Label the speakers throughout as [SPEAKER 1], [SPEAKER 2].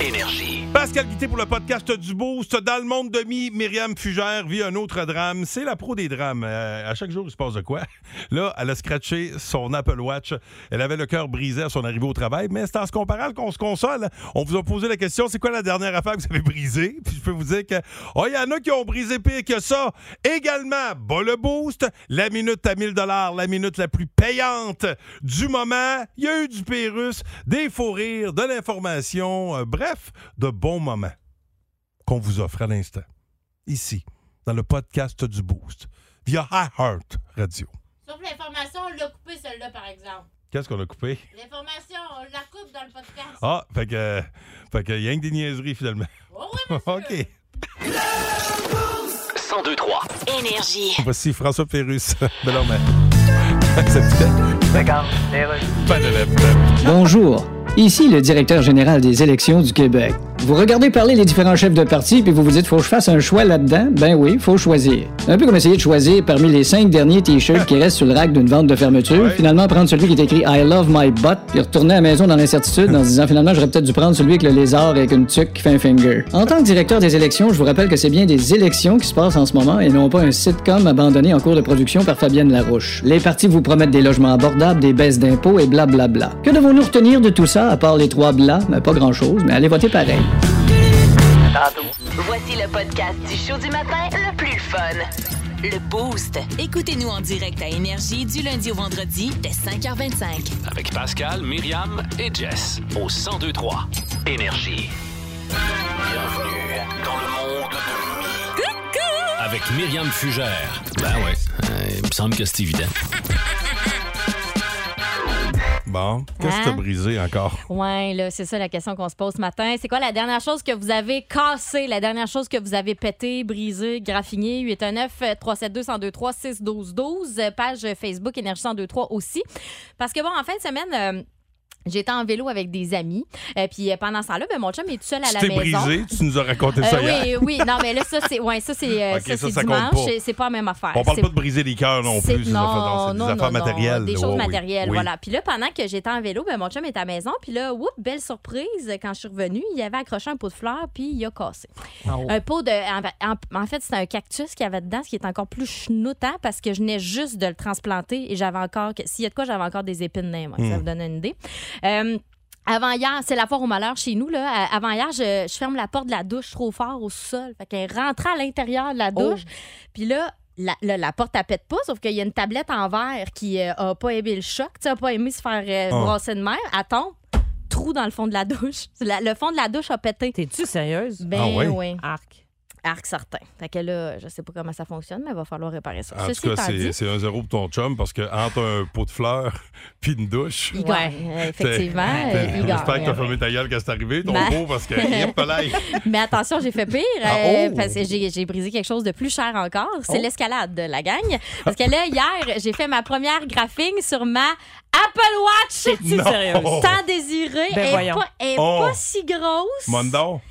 [SPEAKER 1] Énergie.
[SPEAKER 2] Pascal Guité pour le podcast du Boost. Dans le monde demi, Myriam Fugère vit un autre drame. C'est la pro des drames. Euh, à chaque jour, il se passe de quoi? Là, elle a scratché son Apple Watch. Elle avait le cœur brisé à son arrivée au travail, mais c'est en se comparant qu'on se console. On vous a posé la question, c'est quoi la dernière affaire que vous avez brisée? Puis je peux vous dire que, oh, il y en a qui ont brisé pire que ça. Également, bas le boost, la minute à 1000 la minute la plus payante du moment. Il y a eu du Pérus, des faux rires, de l'information, euh, bref, de bons moments qu'on vous offre à l'instant, ici, dans le podcast du Boost, via iHeart Radio.
[SPEAKER 3] Sauf l'information, on l'a coupé celle-là, par exemple.
[SPEAKER 2] Qu'est-ce qu'on a coupé?
[SPEAKER 3] L'information, on la coupe dans le podcast.
[SPEAKER 2] Ah, fait que, euh, fait que y a que des niaiseries finalement.
[SPEAKER 3] Oh oui, monsieur.
[SPEAKER 2] OK.
[SPEAKER 1] 1023.
[SPEAKER 4] Énergie.
[SPEAKER 2] Voici François Pérus. de l'homme. Accepté. Pas de lèvres.
[SPEAKER 5] Bonjour, ici le directeur général des élections du Québec. Vous regardez parler les différents chefs de parti, puis vous vous dites, faut que je fasse un choix là-dedans? Ben oui, faut choisir. Un peu comme essayer de choisir parmi les cinq derniers t-shirts qui restent sur le rack d'une vente de fermeture,
[SPEAKER 2] Ouais.
[SPEAKER 5] finalement prendre celui qui est écrit I love my butt, puis retourner à la maison dans l'incertitude en se disant, finalement, j'aurais peut-être dû prendre celui avec le lézard avec une tuque qui fait un finger. En tant que directeur des élections, je vous rappelle que c'est bien des élections qui se passent en ce moment et non pas un sitcom abandonné en cours de production par Fabienne Larouche. Les partis vous promettent des logements abordables, des baisses d'impôts et blablabla. Que devons-nous retenir de tout ça à part les trois blas? Ben, pas grand-chose, mais allez voter pareil.
[SPEAKER 4] Voici le podcast du show du matin le plus fun. Le Boost.
[SPEAKER 6] Écoutez-nous en direct à Énergie du lundi au vendredi dès 5h25.
[SPEAKER 1] Avec Pascal, Myriam et Jess. Au 1023. Énergie. Bienvenue dans le monde de Mi. Avec Myriam Fugère. Ben ouais. euh, il me semble que c'est évident.
[SPEAKER 2] Bon, qu'est-ce que t'as
[SPEAKER 7] Hein?
[SPEAKER 2] brisé encore?
[SPEAKER 7] Ouais, là, c'est ça la question qu'on se pose ce matin. C'est quoi la dernière chose que vous avez cassée, la dernière chose que vous avez pété, brisée, graffinée? 819 372 1023 6 12 12 Euh, page Facebook Énergie 1023 aussi. Parce que bon, en fin de semaine, euh, j'étais en vélo avec des amis. Euh, puis euh, pendant ce temps-là, ben, mon chum est tout seul à
[SPEAKER 2] Tu
[SPEAKER 7] la
[SPEAKER 2] t'es
[SPEAKER 7] maison.
[SPEAKER 2] brisé, tu nous as raconté
[SPEAKER 7] Euh,
[SPEAKER 2] ça hier.
[SPEAKER 7] oui, oui, non, mais là, ça, c'est ouais, ça, c'est euh,
[SPEAKER 2] Ok,
[SPEAKER 7] ça,
[SPEAKER 2] ça,
[SPEAKER 7] c'est
[SPEAKER 2] ça compte
[SPEAKER 7] dimanche.
[SPEAKER 2] pas.
[SPEAKER 7] C'est- C'est pas la même affaire.
[SPEAKER 2] On parle
[SPEAKER 7] Ah, C'est-
[SPEAKER 2] pas de briser les cœurs non
[SPEAKER 7] c'est-
[SPEAKER 2] plus, ces affaires, c'est des affaires matérielles.
[SPEAKER 7] Des
[SPEAKER 2] là,
[SPEAKER 7] choses
[SPEAKER 2] oui, oui.
[SPEAKER 7] matérielles,
[SPEAKER 2] Oui.
[SPEAKER 7] voilà. Puis là, pendant que j'étais en vélo, ben, mon chum est à la maison. Puis là, whoop, belle surprise, quand je suis revenue, il avait accroché un pot de fleurs, puis il a cassé. Un pot de. En, en- en fait, c'était un cactus qu'il y avait dedans, ce qui est encore plus chenoutant parce que je venais juste de le transplanter et j'avais encore. que- S'il y a de quoi, j'avais encore des épines dans les mains.
[SPEAKER 2] Hmm.
[SPEAKER 7] Ça vous donne une idée. Euh, avant hier, c'est la foire au malheur chez nous. Là. Euh, Avant hier, je, je ferme la porte de la douche trop fort au sol. Fait qu'elle rentrait à l'intérieur de la
[SPEAKER 8] Oh.
[SPEAKER 7] douche. Puis là, la, là, la porte, elle pète pas, sauf qu'il y a une tablette en verre qui euh, a pas aimé le choc, tu sais, a pas aimé se faire euh,
[SPEAKER 8] Oh.
[SPEAKER 2] Ah.
[SPEAKER 7] brasser de mer. Elle tombe, trou dans le fond de la douche. La- le fond de la douche a pété.
[SPEAKER 8] T'es-tu sérieuse?
[SPEAKER 7] Ben
[SPEAKER 2] Ah ouais?
[SPEAKER 7] oui,
[SPEAKER 8] Arc.
[SPEAKER 7] arc certain. Fait que là, je sais pas comment ça fonctionne, mais il va falloir réparer ça.
[SPEAKER 2] En
[SPEAKER 7] Ceci
[SPEAKER 2] tout cas,
[SPEAKER 7] étant
[SPEAKER 2] c'est
[SPEAKER 7] dit,
[SPEAKER 2] c'est un zéro pour ton chum parce que entre un pot de fleurs puis une douche.
[SPEAKER 7] il gagne. Euh, Effectivement,
[SPEAKER 2] t'es-
[SPEAKER 7] euh, il
[SPEAKER 2] J'espère que t'as
[SPEAKER 7] gagne.
[SPEAKER 2] fermé ta gueule quand c'est arrivé, ton
[SPEAKER 7] Ben-
[SPEAKER 2] beau, parce que yep, là,
[SPEAKER 7] Mais attention, j'ai fait pire
[SPEAKER 2] Ah,
[SPEAKER 7] euh,
[SPEAKER 2] oh!
[SPEAKER 7] parce que j'ai j'ai brisé quelque chose de plus cher encore. C'est l'escalade de la gang. Parce que là, hier, j'ai fait ma première graphing sur ma Apple Watch.
[SPEAKER 8] T'es-tu
[SPEAKER 2] Non.
[SPEAKER 8] sérieuse?
[SPEAKER 2] Oh.
[SPEAKER 7] Tant désirée.
[SPEAKER 8] Ben
[SPEAKER 7] elle n'est
[SPEAKER 8] voyons.
[SPEAKER 7] pas, elle est
[SPEAKER 2] Oh.
[SPEAKER 7] pas si grosse.
[SPEAKER 2] Mondon.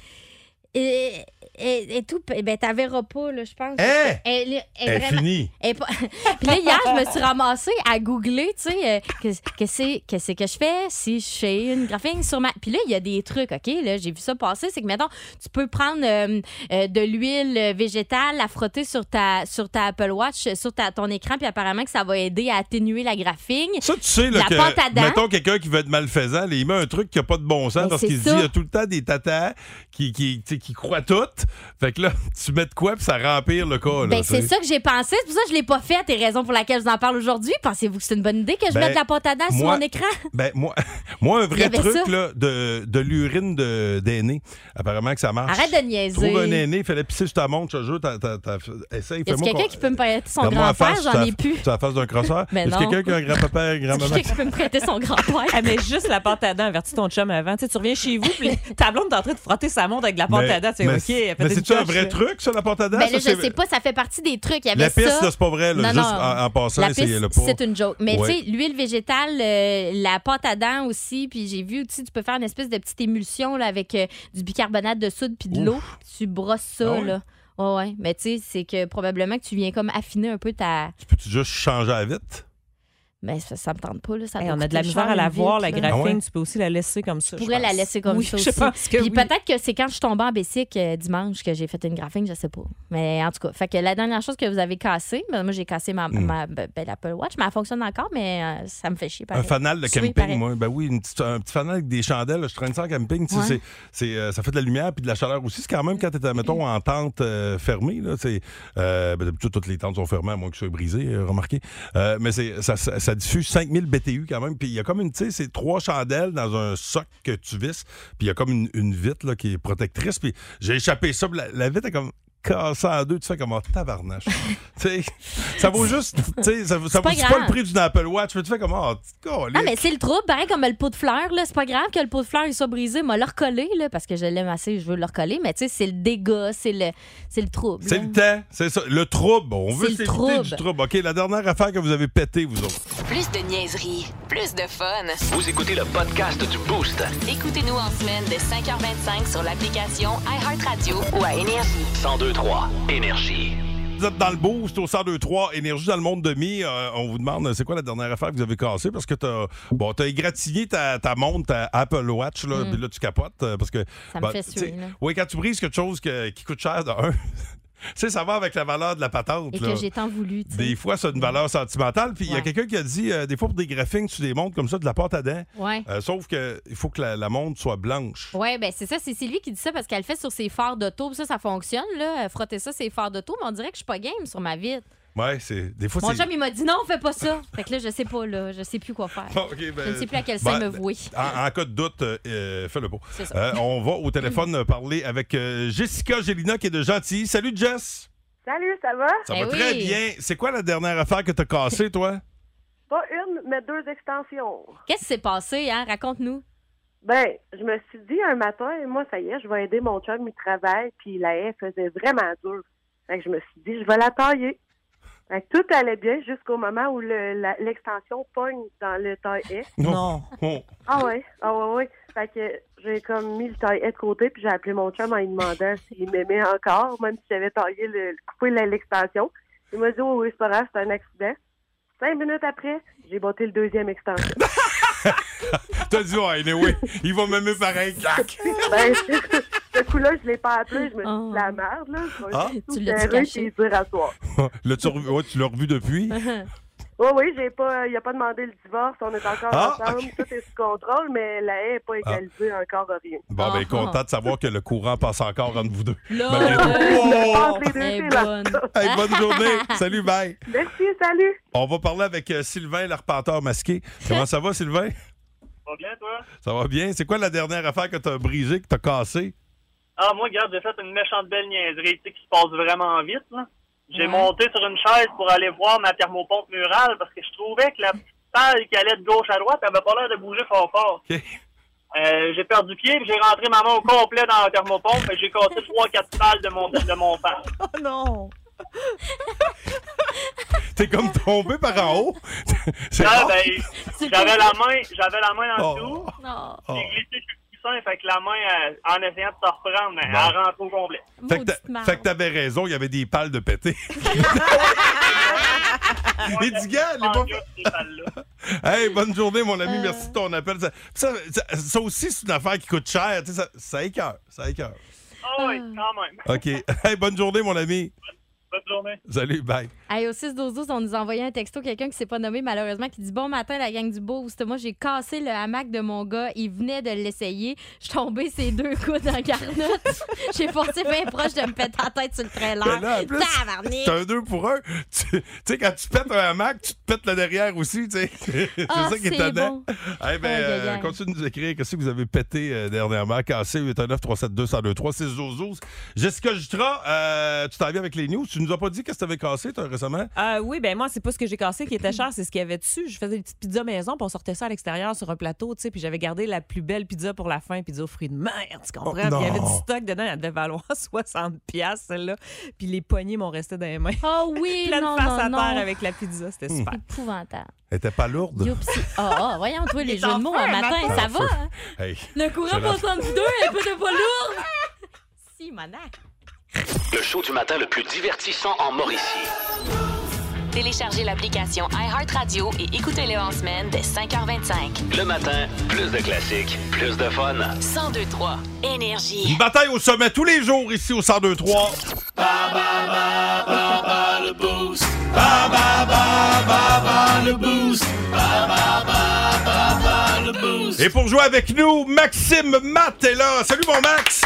[SPEAKER 7] Et, et, et tout. Ben, t'en verras pas, là, je pense.
[SPEAKER 2] Hein?
[SPEAKER 7] Elle, est- elle est
[SPEAKER 2] Elle
[SPEAKER 7] vraiment-
[SPEAKER 2] est finie.
[SPEAKER 7] et pas- Puis là, hier, je me suis ramassée à googler, tu sais, euh, qu'est-ce que c'est qu'est-ce que je fais si je fais une graphing sur ma. Puis là, il y a des trucs, OK? Là, j'ai vu ça passer. C'est que, mettons, tu peux prendre euh, euh, de l'huile euh, végétale, la frotter sur ta, sur ta Apple Watch, euh, sur ta, ton écran, puis apparemment que ça va aider à atténuer la graphing.
[SPEAKER 2] Ça, tu sais, là,
[SPEAKER 7] La pâte à
[SPEAKER 2] que,
[SPEAKER 7] dents.
[SPEAKER 2] mettons quelqu'un qui veut être malfaisant, là, il met un truc qui n'a pas de bon sens
[SPEAKER 7] Mais
[SPEAKER 2] parce
[SPEAKER 7] c'est
[SPEAKER 2] qu'il se dit,
[SPEAKER 7] ça.
[SPEAKER 2] il y a tout le temps des tatas qui, qui, tu sais, qui croient toutes. Fait que là, tu mets de quoi, puis ça rempire le cas. Oh, là,
[SPEAKER 7] Ben,
[SPEAKER 2] tu
[SPEAKER 7] c'est
[SPEAKER 2] sais.
[SPEAKER 7] ça que j'ai pensé. C'est pour ça que je l'ai pas fait. Et raison pour laquelle je vous en parle aujourd'hui. Pensez-vous que c'est une bonne idée que je
[SPEAKER 2] Ben,
[SPEAKER 7] mette la pâte à dents sur
[SPEAKER 2] moi-
[SPEAKER 7] mon écran?
[SPEAKER 2] Ben, moi, moi, un
[SPEAKER 7] Il y
[SPEAKER 2] vrai
[SPEAKER 7] avait
[SPEAKER 2] truc
[SPEAKER 7] ça.
[SPEAKER 2] là, de, de l'urine de- d'aîné. Apparemment que ça marche.
[SPEAKER 7] Arrête de niaiser.
[SPEAKER 2] Trouve un aîné, fais-le pisser sur ta montre, je te jure, t'as- t'as- t'as- essaye,
[SPEAKER 7] Y a
[SPEAKER 2] fais-moi.
[SPEAKER 7] quelqu'un
[SPEAKER 2] qu'on-
[SPEAKER 7] qui peut me prêter son
[SPEAKER 2] Regarde-moi en
[SPEAKER 7] grand-père?
[SPEAKER 2] face,
[SPEAKER 7] J'en
[SPEAKER 2] t'as-
[SPEAKER 7] ai plus.
[SPEAKER 2] t'as la face d'un crosseur.
[SPEAKER 7] Ben
[SPEAKER 2] Est-ce
[SPEAKER 7] non.
[SPEAKER 2] que quelqu'un qui a un grand-papa, une grand-maman?
[SPEAKER 7] Quelqu'un qui peut me prêter son grand-père?
[SPEAKER 8] Ah, mais juste la pâte à dents, avertis ton chum avant. Tu, sais, tu reviens chez vous, puis ta blonde est en train de frotter sa montre avec de la pâte à dents. C'est
[SPEAKER 2] mais-
[SPEAKER 8] OK. elle fait
[SPEAKER 2] Mais
[SPEAKER 8] une
[SPEAKER 2] c'est-tu un
[SPEAKER 8] coche,
[SPEAKER 2] vrai
[SPEAKER 8] là.
[SPEAKER 2] truc, ça, la porte à dents?
[SPEAKER 7] Ben là,
[SPEAKER 2] Ça,
[SPEAKER 7] je
[SPEAKER 2] c'est-
[SPEAKER 7] sais pas, ça fait partie des trucs. Il y avait
[SPEAKER 2] La piste,
[SPEAKER 7] Eh ça.
[SPEAKER 2] là, c'est pas vrai. Là,
[SPEAKER 7] Non,
[SPEAKER 2] juste
[SPEAKER 7] non.
[SPEAKER 2] En, en passant,
[SPEAKER 7] La piste,
[SPEAKER 2] essayez-le pas.
[SPEAKER 7] c'est une joke. Mais
[SPEAKER 2] Ouais.
[SPEAKER 7] tu sais, l'huile végétale, euh, la pâte à dents aussi, puis j'ai vu aussi, tu peux faire une espèce de petite émulsion là, avec euh, du bicarbonate de soude puis de
[SPEAKER 2] Ouf.
[SPEAKER 7] l'eau. Tu brosses ça,
[SPEAKER 2] Ah ouais?
[SPEAKER 7] là. Ouais, ouais. Mais tu sais, c'est que probablement que tu viens comme affiner un peu ta.
[SPEAKER 2] Tu peux-tu juste changer à vite?
[SPEAKER 7] Mais ça, ça me tente pas. Là, ça
[SPEAKER 8] Hey,
[SPEAKER 7] doit
[SPEAKER 8] on a de la
[SPEAKER 7] coûter
[SPEAKER 8] misère
[SPEAKER 7] cher,
[SPEAKER 8] à la
[SPEAKER 7] une
[SPEAKER 8] voir, la
[SPEAKER 7] vitre, là.
[SPEAKER 8] graphine.
[SPEAKER 2] Ah ouais?
[SPEAKER 8] Tu peux aussi la laisser comme ça.
[SPEAKER 7] Je pourrais la
[SPEAKER 8] pense.
[SPEAKER 7] laisser comme
[SPEAKER 8] Oui,
[SPEAKER 7] ça
[SPEAKER 8] je
[SPEAKER 7] aussi.
[SPEAKER 8] pense que
[SPEAKER 7] Puis
[SPEAKER 8] oui.
[SPEAKER 7] peut-être que c'est quand je suis tombée en Bessic euh, dimanche que j'ai fait une graphine, je sais pas. Mais en tout cas, fait que la dernière chose que vous avez cassée, ben, moi j'ai cassé ma, ma be- belle Apple Watch, mais elle fonctionne encore, mais euh, ça me fait chier.
[SPEAKER 2] Un
[SPEAKER 7] pareil.
[SPEAKER 2] fanal de
[SPEAKER 7] Oui,
[SPEAKER 2] camping,
[SPEAKER 7] pareil.
[SPEAKER 2] moi. Ben oui, une petite- un petit fanal avec des chandelles. là, Je traîne ça en camping. tu sais,
[SPEAKER 7] Ouais.
[SPEAKER 2] c'est- c'est, euh, ça fait de la lumière puis de la chaleur aussi. C'est quand même quand tu mettons, en tente euh, fermée. Là, c'est, euh, ben, d'habitude, toutes les tentes sont fermées, à moins que ce soit brisé, euh, remarquez. Euh, mais c'est, ça, ça, ça diffuse 5000 BTU quand même. Puis il y a comme une, tu sais, c'est trois chandelles dans un soc que tu visses. Puis il y a comme une, une vitre là, qui est protectrice. Puis j'ai échappé ça. puis La, la vitre est comme cassée en deux. Tu fais comme un tabarnache. Tu sais, ça vaut juste, tu sais, ça, ça vaut
[SPEAKER 7] pas
[SPEAKER 2] c'est pas le
[SPEAKER 7] grave.
[SPEAKER 2] prix d'une Apple Watch. Mais tu fais comme, oh,
[SPEAKER 7] Non, mais c'est le trouble, pareil comme le pot de fleurs, là. C'est pas grave que le pot de fleurs il soit brisé, moi le recoller, là, parce que je l'aime assez, je veux le recoller, mais tu sais, c'est le dégât, c'est le, c'est le trouble.
[SPEAKER 2] C'est
[SPEAKER 7] là.
[SPEAKER 2] le temps, c'est ça. Le trouble. On veut
[SPEAKER 7] C'est le
[SPEAKER 2] s'éviter
[SPEAKER 7] trouble.
[SPEAKER 2] du trouble. OK, la dernière affaire que vous avez pété, vous autres.
[SPEAKER 6] Plus de niaiserie, plus de fun.
[SPEAKER 1] Vous écoutez le podcast du Boost.
[SPEAKER 6] Écoutez-nous en semaine de 5h25 sur l'application iHeartRadio ou à Énergie.
[SPEAKER 1] 1023 Énergie.
[SPEAKER 2] Vous êtes dans le boost au 1023 Énergie dans le monde demi. Euh, on vous demande euh, c'est quoi la dernière affaire que vous avez cassée parce que t'as bon, t'as égratigné ta, ta montre, ta Apple Watch, là, puis là tu capotes euh, parce que.
[SPEAKER 7] Mm. Ça me
[SPEAKER 2] ben,
[SPEAKER 7] fait
[SPEAKER 2] tu sais,
[SPEAKER 7] suer, là.
[SPEAKER 2] Oui, quand tu brises quelque chose que- qui coûte cher de un, tu sais, ça va avec la valeur de la patente.
[SPEAKER 7] Et
[SPEAKER 2] là.
[SPEAKER 7] que j'ai tant voulu, tu sais.
[SPEAKER 2] Des fois, c'est une valeur sentimentale. Puis il y a
[SPEAKER 7] Ouais.
[SPEAKER 2] quelqu'un qui a dit, euh, des fois, pour des graphiques, tu des montres comme ça, de la pâte à dents.
[SPEAKER 7] Ouais.
[SPEAKER 2] Euh, sauf que il faut que la, la montre soit blanche.
[SPEAKER 7] Oui, ben c'est ça, c'est Sylvie qui dit ça parce qu'elle le fait sur ses phares d'auto. puis Ça, ça fonctionne, là. Euh, Frotter ça, ses phares d'auto, mais on dirait que je suis pas game sur ma vitre.
[SPEAKER 2] Ouais, c'est. Des fois,
[SPEAKER 7] Mon
[SPEAKER 2] c'est.
[SPEAKER 7] chum, il m'a dit non, fais pas ça. Fait que là, je sais pas, là. Je sais plus quoi faire.
[SPEAKER 2] Ok, ben,
[SPEAKER 7] Je ne sais plus à quel sein
[SPEAKER 2] ben,
[SPEAKER 7] me vouer.
[SPEAKER 2] En, en cas de doute, euh, euh, fais-le pas.
[SPEAKER 7] C'est ça.
[SPEAKER 2] Euh, on va au téléphone euh, parler avec euh, Jessica Gélina qui est de Gentilly. Salut Jess!
[SPEAKER 9] Salut, ça va?
[SPEAKER 2] Ça
[SPEAKER 7] Eh oui.
[SPEAKER 2] va très bien. C'est quoi la dernière affaire que t'as cassée, toi?
[SPEAKER 9] Pas une, mais deux extensions.
[SPEAKER 7] Qu'est-ce qui s'est passé, hein? Raconte-nous.
[SPEAKER 9] Ben, je me suis dit un matin, moi, ça y est, je vais aider mon chum, il travaille, puis la haie faisait vraiment dur. Fait que je me suis dit, je vais la tailler. Fait que tout allait bien jusqu'au moment où le- la- l'extension pogne dans le taille-haie.
[SPEAKER 8] Non.
[SPEAKER 2] Oh.
[SPEAKER 9] Ah ouais, ah ouais, ouais. Fait que j'ai comme mis le taille-haie de côté, puis j'ai appelé mon chum en lui demandant s'il m'aimait encore, même si j'avais taillé le, coupé la- l'extension. Il m'a dit, oh, oui, c'est pas grave, c'est un accident. Cinq minutes après, j'ai botté le deuxième extension.
[SPEAKER 2] T'as dit, ouais, anyway, il va m'aimer pareil. Clac!
[SPEAKER 9] Ben, ce coup-là, je l'ai pas appelé. Je me suis dit,
[SPEAKER 7] Oh.
[SPEAKER 9] la merde, là. Je vais
[SPEAKER 2] Ah.
[SPEAKER 9] juste
[SPEAKER 7] Tu
[SPEAKER 9] tout
[SPEAKER 7] l'as-tu
[SPEAKER 9] serrer
[SPEAKER 7] caché?
[SPEAKER 9] puis dire à toi.
[SPEAKER 2] L'as-tu revu- ouais, tu l'as revu depuis?
[SPEAKER 9] Oui, oui, j'ai pas, il a pas demandé le divorce. On est encore
[SPEAKER 2] Ah,
[SPEAKER 9] ensemble. Tout est sous contrôle, mais la haie n'est pas égalisée encore à rien.
[SPEAKER 2] Bon, ben,
[SPEAKER 7] Ah. Oh.
[SPEAKER 2] content de savoir que le courant passe encore entre vous deux.
[SPEAKER 7] Là, euh,
[SPEAKER 2] Ben, wow!
[SPEAKER 9] Je pense les deux
[SPEAKER 7] elle est
[SPEAKER 9] filles, là.
[SPEAKER 7] bonne.
[SPEAKER 2] Hey, bonne journée! Salut, bye!
[SPEAKER 9] Merci, salut.
[SPEAKER 2] On va parler avec euh, Sylvain, l'arpenteur masqué. Comment ça va, Sylvain?
[SPEAKER 10] Ça va bien, toi?
[SPEAKER 2] Ça va bien? C'est quoi la dernière affaire que t'as brisée, que t'as cassée?
[SPEAKER 10] Ah, moi, regarde, j'ai fait une méchante belle niaiserie, tu sais, qui se passe vraiment vite, là. J'ai
[SPEAKER 7] Ouais.
[SPEAKER 10] monté sur une chaise pour aller voir ma thermopompe murale parce que je trouvais que la petite palle qui allait de gauche à droite, elle avait pas l'air de bouger fort fort.
[SPEAKER 2] OK.
[SPEAKER 10] Euh, j'ai perdu pied, puis j'ai rentré ma main au complet dans la thermopompe et j'ai cassé trois, quatre balles de mon, de mon pan.
[SPEAKER 8] Oh non.
[SPEAKER 2] T'es comme tombé par en haut. C'est
[SPEAKER 10] Là,
[SPEAKER 2] rare.
[SPEAKER 10] ben,
[SPEAKER 7] C'est
[SPEAKER 10] j'avais la main, j'avais la main en dessous,
[SPEAKER 2] Oh,
[SPEAKER 7] Non.
[SPEAKER 2] oh.
[SPEAKER 10] j'ai glissé sur le coussin, fait que la main, elle- en essayant de se reprendre, elle
[SPEAKER 2] Bon.
[SPEAKER 10] rentre au complet.
[SPEAKER 2] Fait que
[SPEAKER 7] Maudite
[SPEAKER 2] t'a-
[SPEAKER 7] marde.
[SPEAKER 2] fait que t'avais raison, il y avait des pales de pété. Les dix gars, elle est pas-
[SPEAKER 10] Ces balles-là. Ah,
[SPEAKER 2] Hey, bonne journée, mon ami. Merci
[SPEAKER 7] Euh.
[SPEAKER 2] de ton appel. Ça, ça, ça- ça aussi, c'est une affaire qui coûte cher. Tu sais, ça, ça écoeure. Ça écoeure.
[SPEAKER 10] Ah oui, quand
[SPEAKER 2] OK.
[SPEAKER 10] même.
[SPEAKER 2] Hey, bonne journée, mon ami.
[SPEAKER 10] Bonne journée.
[SPEAKER 2] Salut, bye.
[SPEAKER 7] Hey, au 6-12-12, on nous a envoyé un texto, quelqu'un qui s'est pas nommé malheureusement, qui dit Bon matin, la gang du Boost. Moi, j'ai cassé le hamac de mon gars. Il venait de l'essayer. Je suis tombée ses deux coudes en garnotte. j'ai forcé bien proche de me péter la tête sur le
[SPEAKER 2] Mais là, en
[SPEAKER 7] trailer.
[SPEAKER 2] plus,
[SPEAKER 7] Tabarnak!
[SPEAKER 2] C'est un deux pour un. Tu tu sais, quand tu pètes un hamac, tu te pètes le derrière aussi. tu sais. C'est
[SPEAKER 7] Ah,
[SPEAKER 2] ça qui est
[SPEAKER 7] c'est
[SPEAKER 2] étonnant.
[SPEAKER 7] bon.
[SPEAKER 2] Eh ben,
[SPEAKER 7] Aïe, aïe,
[SPEAKER 2] euh,
[SPEAKER 7] aïe.
[SPEAKER 2] continuez de nous écrire. Qu'est-ce que vous avez pété euh, dernièrement? Cassé 819 372 1023 612 Jessica Jutra, euh, tu t'en viens avec les news. Tu nous as pas dit qu'est-ce que tu avais cassé toi, récemment?
[SPEAKER 8] Euh, oui, ben moi, c'est pas ce que j'ai cassé qui était cher, c'est ce qu'il y avait dessus. Je faisais des petites pizzas maison, puis on sortait ça à l'extérieur sur un plateau, tu sais, puis j'avais gardé la plus belle pizza pour la fin, pizza aux fruits de mer, tu comprends?
[SPEAKER 2] Oh,
[SPEAKER 8] Puis il y avait
[SPEAKER 2] non.
[SPEAKER 8] du stock dedans, elle devait valoir 60 pièces celle-là. Puis les poignées m'ont resté dans les mains.
[SPEAKER 7] Oh oui,
[SPEAKER 8] Pleine
[SPEAKER 7] non,
[SPEAKER 8] face
[SPEAKER 7] non,
[SPEAKER 8] à
[SPEAKER 7] non.
[SPEAKER 8] terre avec la pizza, c'était super.
[SPEAKER 7] Épouvantable.
[SPEAKER 2] Elle était pas lourde.
[SPEAKER 7] Youpsi. Ah, ah, voyons, toi, les
[SPEAKER 8] est
[SPEAKER 7] jeux
[SPEAKER 8] en
[SPEAKER 7] de mots
[SPEAKER 8] feu,
[SPEAKER 7] un
[SPEAKER 8] un
[SPEAKER 7] matin,
[SPEAKER 2] matin.
[SPEAKER 7] ça va? hein?
[SPEAKER 2] Hey.
[SPEAKER 7] Le
[SPEAKER 2] C'est
[SPEAKER 7] courant
[SPEAKER 2] la-
[SPEAKER 7] pour 72, un peu de pas lourd. si, manac.
[SPEAKER 1] Le show du matin le plus divertissant en Mauricie.
[SPEAKER 6] Téléchargez l'application iHeartRadio et écoutez-le en semaine dès 5h25.
[SPEAKER 1] Le matin, plus de classiques, plus de fun.
[SPEAKER 6] 1023 Énergie.
[SPEAKER 2] Une bataille au sommet tous les jours ici au 1023.
[SPEAKER 1] le boost. Ba, ba, ba, ba, ba, le boost. Ba, ba, ba, ba, ba, le boost.
[SPEAKER 2] Et pour jouer avec nous, Maxime Matt est là. Salut mon Max.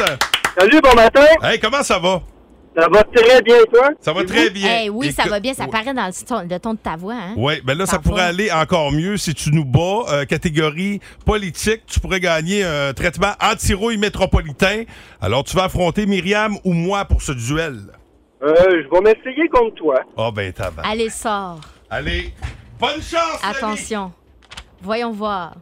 [SPEAKER 11] Salut, bon matin.
[SPEAKER 2] Hey, comment ça va?
[SPEAKER 11] Ça va très bien, toi?
[SPEAKER 2] Ça va très bien.
[SPEAKER 7] Eh oui, ça
[SPEAKER 2] Écoute-
[SPEAKER 7] va bien. Ça paraît dans le ton, le ton de ta voix. Hein?
[SPEAKER 2] Oui, ben là, ça pourrait aller encore mieux si tu nous bats. euh, catégorie politique, tu pourrais gagner un traitement anti-rouille métropolitain. Alors, tu vas affronter Myriam ou moi pour ce duel.
[SPEAKER 11] Euh, je vais m'essayer contre toi.
[SPEAKER 2] Ah, ben, tabac.
[SPEAKER 7] Allez, sors.
[SPEAKER 2] Allez, bonne chance!
[SPEAKER 7] Attention. Voyons voir.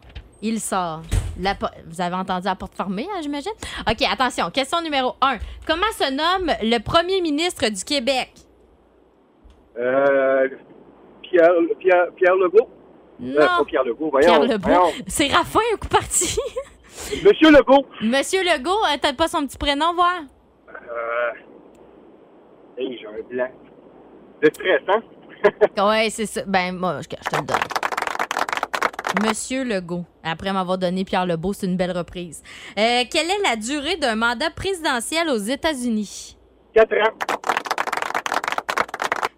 [SPEAKER 7] Il sort. La po- Vous avez entendu la porte fermée, hein, j'imagine? OK, attention. Question numéro 1. Comment se nomme le premier ministre du Québec?
[SPEAKER 11] Euh, Pierre, Pierre, Pierre Legault?
[SPEAKER 7] Non.
[SPEAKER 11] Euh, pas Pierre Legault, voyons.
[SPEAKER 7] Pierre Lebeau.
[SPEAKER 11] voyons.
[SPEAKER 7] C'est Raffin, un coup parti.
[SPEAKER 11] Monsieur Legault.
[SPEAKER 7] Monsieur Legault, euh, t'as pas son petit prénom, voir?
[SPEAKER 11] Euh, hey, j'ai un blanc. De stress, hein?
[SPEAKER 7] ouais, c'est ça. Ben, moi, je, je te le donne. Monsieur Legault, après m'avoir donné Pierre Lebeau, c'est une belle reprise. Euh, quelle est la durée d'un mandat présidentiel aux États-Unis?
[SPEAKER 11] Quatre ans.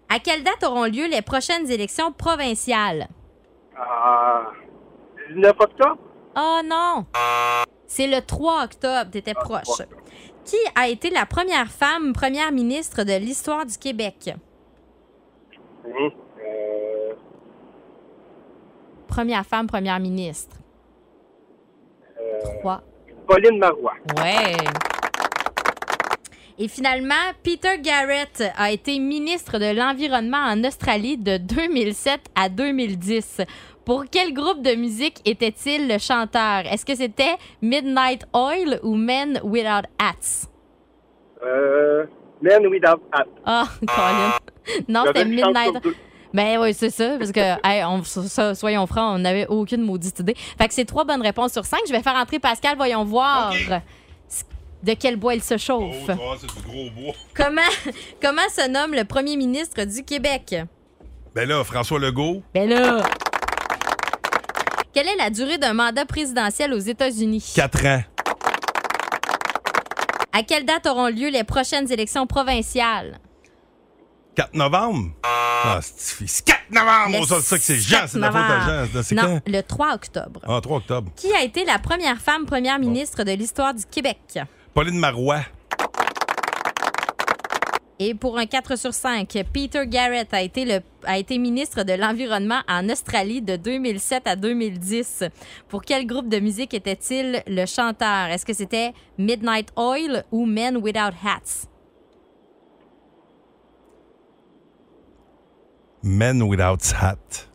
[SPEAKER 7] À quelle date auront lieu les prochaines élections provinciales?
[SPEAKER 11] Ah, 19 octobre?
[SPEAKER 7] Oh non! C'est le 3 octobre, t'étais proche. Qui a été la première femme première ministre de l'histoire du Québec?
[SPEAKER 11] Mhm. Euh,
[SPEAKER 7] Première femme première ministre. 3.
[SPEAKER 11] Pauline Marois.
[SPEAKER 7] Ouais. Et finalement, Peter Garrett a été ministre de l'Environnement en Australie de 2007 à 2010. Pour quel groupe de musique était-il le chanteur? Est-ce que c'était Midnight Oil ou Men Without Hats?
[SPEAKER 11] Euh, Men Without Hat.
[SPEAKER 7] Ah, Colin. Non,
[SPEAKER 11] J'avais
[SPEAKER 7] c'était
[SPEAKER 11] une chance
[SPEAKER 7] Midnight
[SPEAKER 11] sur deux.
[SPEAKER 7] Ben oui, c'est ça, parce que, hey, on- ça, soyons francs, on n'avait aucune maudite idée. Fait que c'est trois bonnes réponses sur cinq. Je vais faire entrer Pascal, voyons voir c- de quel bois il se
[SPEAKER 11] Oh,
[SPEAKER 7] chauffe.
[SPEAKER 2] Oh, c'est du gros bois.
[SPEAKER 7] Comment, comment se nomme le premier ministre du Québec?
[SPEAKER 2] Ben là, François Legault.
[SPEAKER 7] Ben là! Quelle est la durée d'un mandat présidentiel aux États-Unis?
[SPEAKER 2] Quatre ans.
[SPEAKER 7] À quelle date auront lieu les prochaines élections provinciales?
[SPEAKER 2] 4 novembre? Ah, c'est c'est 4 novembre!
[SPEAKER 7] Le
[SPEAKER 2] on sait Oh, ça que c'est Jean, c'est de la faute à Jean. C'est- C'est
[SPEAKER 7] Non,
[SPEAKER 2] quand?
[SPEAKER 7] le 3 octobre.
[SPEAKER 2] Ah, 3 octobre.
[SPEAKER 7] Qui a été la première femme première ministre de l'histoire du Québec?
[SPEAKER 2] Pauline Marois.
[SPEAKER 7] Et pour un 4 sur 5, Peter Garrett a été, le, a été ministre de l'Environnement en Australie de 2007 à 2010. Pour quel groupe de musique était-il le chanteur? Est-ce que c'était Midnight Oil ou Men Without Hats?
[SPEAKER 2] Men Without Hat.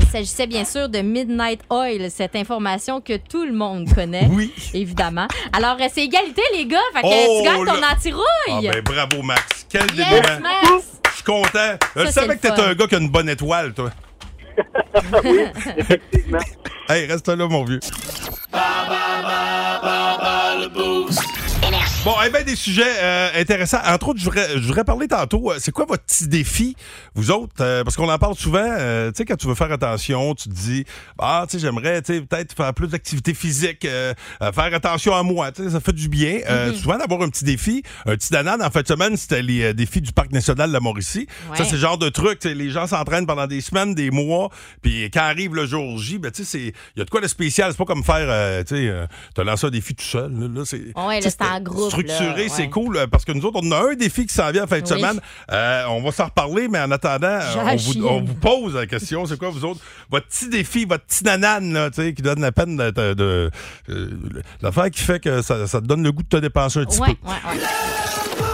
[SPEAKER 7] Il s'agissait bien sûr de Midnight Oil, cette information que tout le monde connaît.
[SPEAKER 2] Oui.
[SPEAKER 7] Évidemment. Alors, euh, c'est égalité, les gars. Fait que
[SPEAKER 2] Oh,
[SPEAKER 7] tu gagnes ton
[SPEAKER 2] là- Ah,
[SPEAKER 7] anti-rouille.
[SPEAKER 2] ben hein. bravo, Max. Quel
[SPEAKER 7] yes,
[SPEAKER 2] dénouement.
[SPEAKER 7] Max!
[SPEAKER 2] Je suis content. Je
[SPEAKER 7] c'est
[SPEAKER 2] savais
[SPEAKER 7] le
[SPEAKER 2] que t'étais
[SPEAKER 7] fun.
[SPEAKER 2] un gars qui a une bonne étoile, toi. Hey, reste là, mon vieux.
[SPEAKER 1] le boost.
[SPEAKER 2] Bon, eh bien, des sujets euh, intéressants. Entre autres, je voudrais, je voudrais parler tantôt. euh, C'est quoi votre petit défi, vous autres? Euh, parce qu'on en parle souvent. euh, tu sais, quand tu veux faire attention, tu te dis, ah, tu sais, j'aimerais tu sais, peut-être faire plus d'activité physique, euh, euh, faire attention à moi. Tu sais, ça fait du bien. Euh, Souvent, d'avoir un petit défi. Un petit danane, en fin de semaine, c'était les euh, défis du Parc national de la Mauricie. Ça,
[SPEAKER 1] Ouais.
[SPEAKER 2] c'est le genre de truc. tu sais, Les gens s'entraînent pendant des semaines, des mois. Puis quand arrive le jour J, ben, tu sais, c'est- il y a de quoi de spécial. C'est pas comme faire, euh, tu sais, euh, te lancer un défi tout seul. Là, là, c'est
[SPEAKER 7] Ah Ouais, là,
[SPEAKER 2] tu sais,
[SPEAKER 7] c'est en groupe,
[SPEAKER 2] Structuré,
[SPEAKER 7] là,
[SPEAKER 2] c'est
[SPEAKER 7] ouais.
[SPEAKER 2] cool. euh, Parce que nous autres, on a un défi qui s'en vient en fin de
[SPEAKER 7] Oui.
[SPEAKER 2] semaine. Euh, on va s'en reparler, mais en attendant, euh,
[SPEAKER 7] J'ai
[SPEAKER 2] on
[SPEAKER 7] la
[SPEAKER 2] vous,
[SPEAKER 7] chienne.
[SPEAKER 2] on vous pose la question. C'est quoi, vous autres, votre petit défi, votre petit nanane, là, tu sais, qui donne la peine de... de- de- euh, L'affaire qui fait que ça, ça te donne le goût de te dépenser un petit
[SPEAKER 7] Ouais, ouais,
[SPEAKER 2] peu.
[SPEAKER 7] ouais.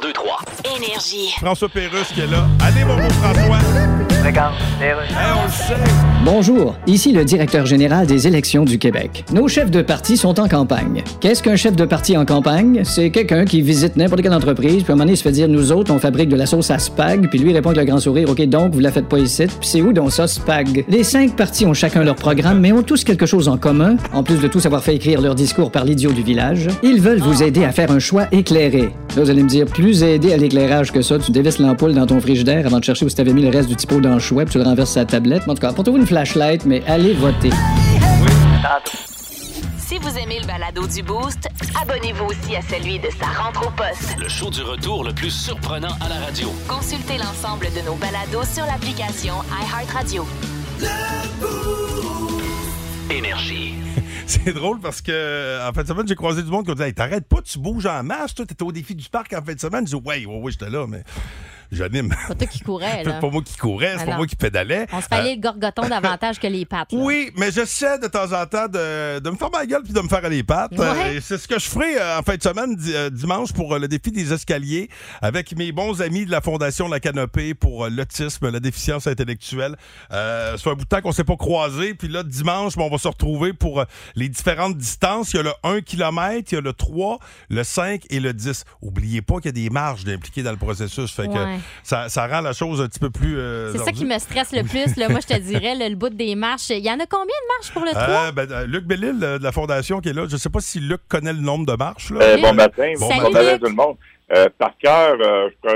[SPEAKER 1] 1023
[SPEAKER 6] Énergie.
[SPEAKER 2] François Pérusse qui est là. Allez, mon beau François! Regarde, on le sait.
[SPEAKER 5] Bonjour, ici le directeur général des élections du Québec. Nos chefs de parti sont en campagne. Qu'est-ce qu'un chef de parti en campagne? C'est quelqu'un qui visite n'importe quelle entreprise, puis à un moment donné, il se fait dire Nous autres, on fabrique de la sauce à spag, puis lui répond avec le grand sourire Ok, donc, vous la faites pas ici, puis c'est où donc ça, spag? Les cinq partis ont chacun leur programme, mais ont tous quelque chose en commun, en plus de tous avoir fait écrire leur discours par l'idiot du village. Ils veulent vous aider à faire un choix éclairé. Là, vous allez me dire Plus aider à l'éclairage d'éclairage que ça. Tu dévisses l'ampoule dans ton frigidaire avant de chercher où tu avais mis le reste du typo dans le chouette, tu le renverses sur la tablette. En tout cas, portez-vous une flashlight, mais allez voter.
[SPEAKER 4] Si vous aimez le balado du Boost, abonnez-vous aussi à celui de sa rentre au poste.
[SPEAKER 1] Le show du retour le plus surprenant à la radio.
[SPEAKER 4] Consultez l'ensemble de nos balados sur l'application iHeartRadio.
[SPEAKER 1] Énergie.
[SPEAKER 2] C'est drôle parce que euh, en fin de semaine, j'ai croisé du monde qui me dit Hey, t'arrêtes pas, tu bouges en masse, toi, t'étais au défi du parc en fin de semaine. Je dis Ouais, ouais, ouais, j'étais là, mais j'anime.
[SPEAKER 7] Pas toi qui courais, là.
[SPEAKER 2] C'est pas moi qui courais, c'est
[SPEAKER 7] Ah
[SPEAKER 2] pas
[SPEAKER 7] non.
[SPEAKER 2] moi qui pédalais.
[SPEAKER 7] On se fallait le gorgoton davantage que les pattes. là.
[SPEAKER 2] Euh, Oui, mais j'essaie de temps en temps de, de me faire ma gueule puis de me faire aller les pattes.
[SPEAKER 7] Ouais.
[SPEAKER 2] Euh, et c'est ce que je ferai euh, en fin de semaine, di- euh, dimanche, pour euh, le défi des escaliers avec mes bons amis de la Fondation La Canopée pour euh, l'autisme, la déficience intellectuelle. Euh, ça fait un bout de temps qu'on s'est pas croisés. Puis là, dimanche, ben, on va se retrouver pour euh, les différentes distances. Il y a le 1 km, il y a le 3, le 5 et le 10. Oubliez pas qu'il y a des marges impliquées dans le processus. Fait que
[SPEAKER 7] Ouais.
[SPEAKER 2] ça, ça rend la chose un petit peu plus... euh,
[SPEAKER 7] C'est ça
[SPEAKER 2] ardue.
[SPEAKER 7] qui me stresse le plus. Là. Moi, je te dirais, là, le bout des marches. Il y en a combien de marches pour le 3?
[SPEAKER 2] Ah, ben, euh, Luc Bellil euh, de la Fondation qui est là. Je ne sais pas si Luc connaît le nombre de marches. là.
[SPEAKER 11] Euh, bon matin, bon
[SPEAKER 7] Salut,
[SPEAKER 11] matin à
[SPEAKER 7] Luc.
[SPEAKER 11] tout le monde. Euh, par cœur, euh, je, pourrais,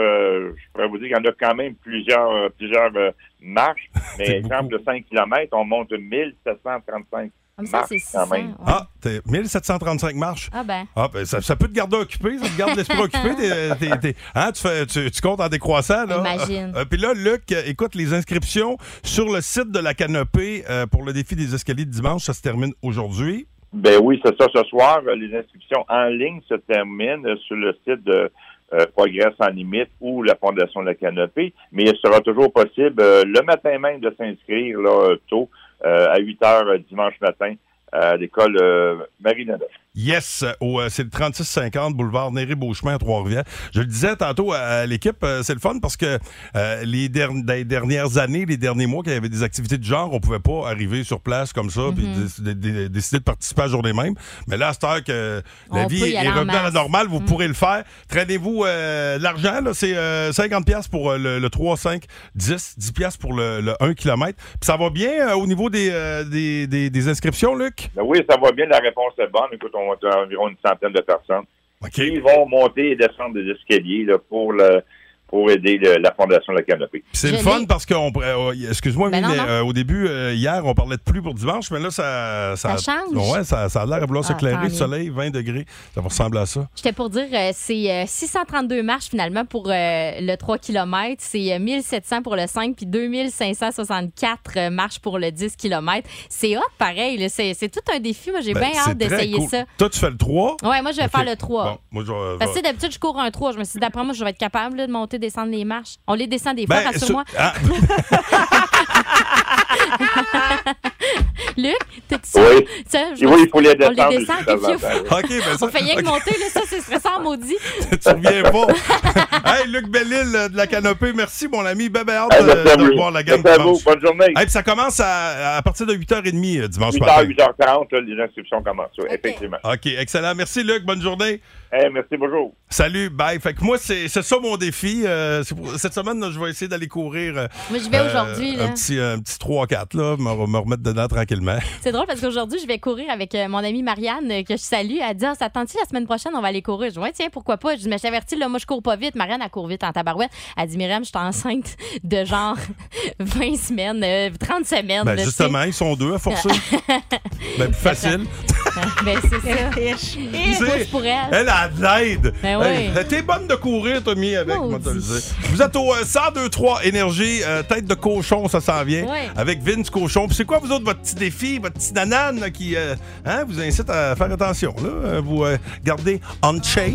[SPEAKER 11] je pourrais vous dire qu'il y en a quand même plusieurs, euh, plusieurs euh, marches, mais exemple de 5 km, on monte 1735
[SPEAKER 7] Comme ça,
[SPEAKER 11] marches
[SPEAKER 7] c'est
[SPEAKER 11] Euh,
[SPEAKER 7] 600.
[SPEAKER 11] quand même.
[SPEAKER 2] Ah, t'es 1735 marches.
[SPEAKER 7] Ah ben.
[SPEAKER 2] Ah, ben, ça, ça peut te garder occupé, ça te garde l'esprit occupé. T'es- t'es- t'es- hein, tu, fais- tu- tu comptes en décroissant. Là.
[SPEAKER 7] Imagine.
[SPEAKER 2] Euh, euh, Puis là, Luc, euh, écoute, les inscriptions sur le site de la canopée euh, pour le défi des escaliers de dimanche, ça se termine aujourd'hui.
[SPEAKER 11] Ben oui, c'est ça. Ce soir, euh, les inscriptions en ligne se terminent euh, sur le site de euh, Progrès sans limite ou la Fondation de la Canopée, mais il sera toujours possible euh, le matin même de s'inscrire là, euh, tôt euh, à 8 heures euh, dimanche matin à l'école euh, Marie-Nadette.
[SPEAKER 2] Yes, euh, au, euh, c'est le 3650 boulevard Néry-Beauchemin à Trois-Rivières. Je le disais tantôt à, à l'équipe, euh, c'est le fun parce que euh, les, derni- dans les dernières années, les derniers mois, qu'il y avait des activités de genre, on pouvait pas arriver sur place comme ça puis
[SPEAKER 7] Mhm.
[SPEAKER 2] dé- dé- dé- décider de participer à la journée même. Mais là, à cette heure que la
[SPEAKER 7] On
[SPEAKER 2] vie
[SPEAKER 7] peut
[SPEAKER 2] est
[SPEAKER 7] y
[SPEAKER 2] est
[SPEAKER 7] aller en
[SPEAKER 2] revenue à la
[SPEAKER 7] masse. Mhm.
[SPEAKER 2] normale, vous pourrez le faire. Traînez-vous euh, de l'argent, là, c'est euh, 50 pièces pour euh, le, le 3, 5, 10, 10 pièces pour le, le 1 km. Puis ça va bien euh, au niveau des, euh, des, des- des inscriptions, Luc?
[SPEAKER 11] Ben oui, ça va bien, la réponse est bonne. Écoute, on va être environ une centaine de personnes qui vont monter et descendre des escaliers là, pour, le, pour aider le- la Fondation de la Canopée.
[SPEAKER 2] Puis C'est le fun parce que, euh, excuse-moi,
[SPEAKER 11] Ben
[SPEAKER 2] oui,
[SPEAKER 11] non,
[SPEAKER 2] mais,
[SPEAKER 11] non.
[SPEAKER 2] euh, au début, euh, hier, on parlait de pluie pour dimanche, mais là, ça.
[SPEAKER 7] Ça change.
[SPEAKER 2] Ouais, ça, ça a l'air à vouloir
[SPEAKER 7] Ah, tant
[SPEAKER 2] s'éclairer.
[SPEAKER 7] mieux.
[SPEAKER 2] Le soleil, 20 degrés. Ça va ressembler à ça.
[SPEAKER 7] J'étais pour dire, euh, c'est euh, 632 marches finalement pour euh, le 3 km, c'est euh, 1700 pour le 5, puis 2564 euh, marches pour le 10 km. C'est hot pareil, là. c'est c'est tout un défi. Moi, j'ai
[SPEAKER 2] Ben,
[SPEAKER 7] bien
[SPEAKER 2] c'est
[SPEAKER 7] hâte
[SPEAKER 2] très
[SPEAKER 7] d'essayer
[SPEAKER 2] cool.
[SPEAKER 7] ça.
[SPEAKER 2] Toi, tu fais le 3.
[SPEAKER 7] Ouais, moi, je vais
[SPEAKER 2] Ok.
[SPEAKER 7] faire le 3.
[SPEAKER 2] Bon, moi, je
[SPEAKER 7] Parce
[SPEAKER 2] vais-
[SPEAKER 7] que
[SPEAKER 2] je
[SPEAKER 7] tu sais, d'habitude, je cours un 3. Je me suis dit, d'après moi, je vais être capable là, de monter, descendre les marches. On les descend des fois,
[SPEAKER 2] Ben,
[SPEAKER 7] rassure-moi.
[SPEAKER 2] sur- Ah,
[SPEAKER 7] Luc, t'es-tu sûr?
[SPEAKER 11] Oui.
[SPEAKER 7] Tiens, je-
[SPEAKER 11] Et oui, il faut les
[SPEAKER 7] On
[SPEAKER 11] descendre,
[SPEAKER 7] les descend,
[SPEAKER 11] je suis
[SPEAKER 7] qu'est-ce qu'il
[SPEAKER 11] d'accord.
[SPEAKER 7] faut?
[SPEAKER 2] OK, ben ça-
[SPEAKER 7] On fait rien que
[SPEAKER 2] OK.
[SPEAKER 7] monter, là, ça, c'est stressant, maudit.
[SPEAKER 2] tu reviens pas. hey, Luc Bellil euh, de la Canopée, merci, mon ami. Ben, ben, hâte
[SPEAKER 11] Hey,
[SPEAKER 2] euh,
[SPEAKER 11] merci à
[SPEAKER 2] de
[SPEAKER 11] vous.
[SPEAKER 2] voir la gamme.
[SPEAKER 11] Merci à vous. Bonne journée.
[SPEAKER 2] ça commence à, à partir de 8h30 euh, dimanche
[SPEAKER 11] 8
[SPEAKER 2] matin.
[SPEAKER 11] h 8h40, là, les inscriptions commencent, oui, effectivement.
[SPEAKER 2] OK, excellent. Merci, Luc. Bonne journée.
[SPEAKER 11] Eh, merci, bonjour.
[SPEAKER 2] Salut, bye. Fait que moi, c'est c'est ça mon défi. Euh, c'est pour- cette semaine, là, je vais essayer d'aller courir. euh,
[SPEAKER 7] Moi, je vais aujourd'hui, là.
[SPEAKER 2] Un petit, un petit 3-4, là, me, me remettre dedans tranquillement.
[SPEAKER 7] C'est drôle parce qu'aujourd'hui, je vais courir avec euh, mon amie Marianne euh, que je salue. Elle dit Ah, ça te tente-tu la semaine prochaine, on va aller courir. Je dis Ouais, tiens, pourquoi pas. Je dis Mais je t'avertis, là, moi, je cours pas vite. Marianne, elle court vite en tabarouette. Elle dit Myriam, je suis enceinte de genre 20 semaines, euh, 30 semaines. là,
[SPEAKER 2] Ben,
[SPEAKER 7] tu sais.
[SPEAKER 2] justement, ils sont deux à forcer. ben, plus facile.
[SPEAKER 7] ben, c'est ça. Pousse pour elle.
[SPEAKER 2] Elle a de l'aide.
[SPEAKER 7] Ben oui.
[SPEAKER 2] Elle- T'es bonne de courir, Tommy, avec, moi, te le dis. Vous êtes au euh, 102-3 Énergie, euh, tête de cochon, ça s'en vient,
[SPEAKER 1] Ouais.
[SPEAKER 2] avec Vince Cochon. Puis c'est quoi, vous autres, votre petit défi, votre petit nanane là, qui euh, hein, vous incite à faire attention? Là, Euh, vous euh, gardez on shape.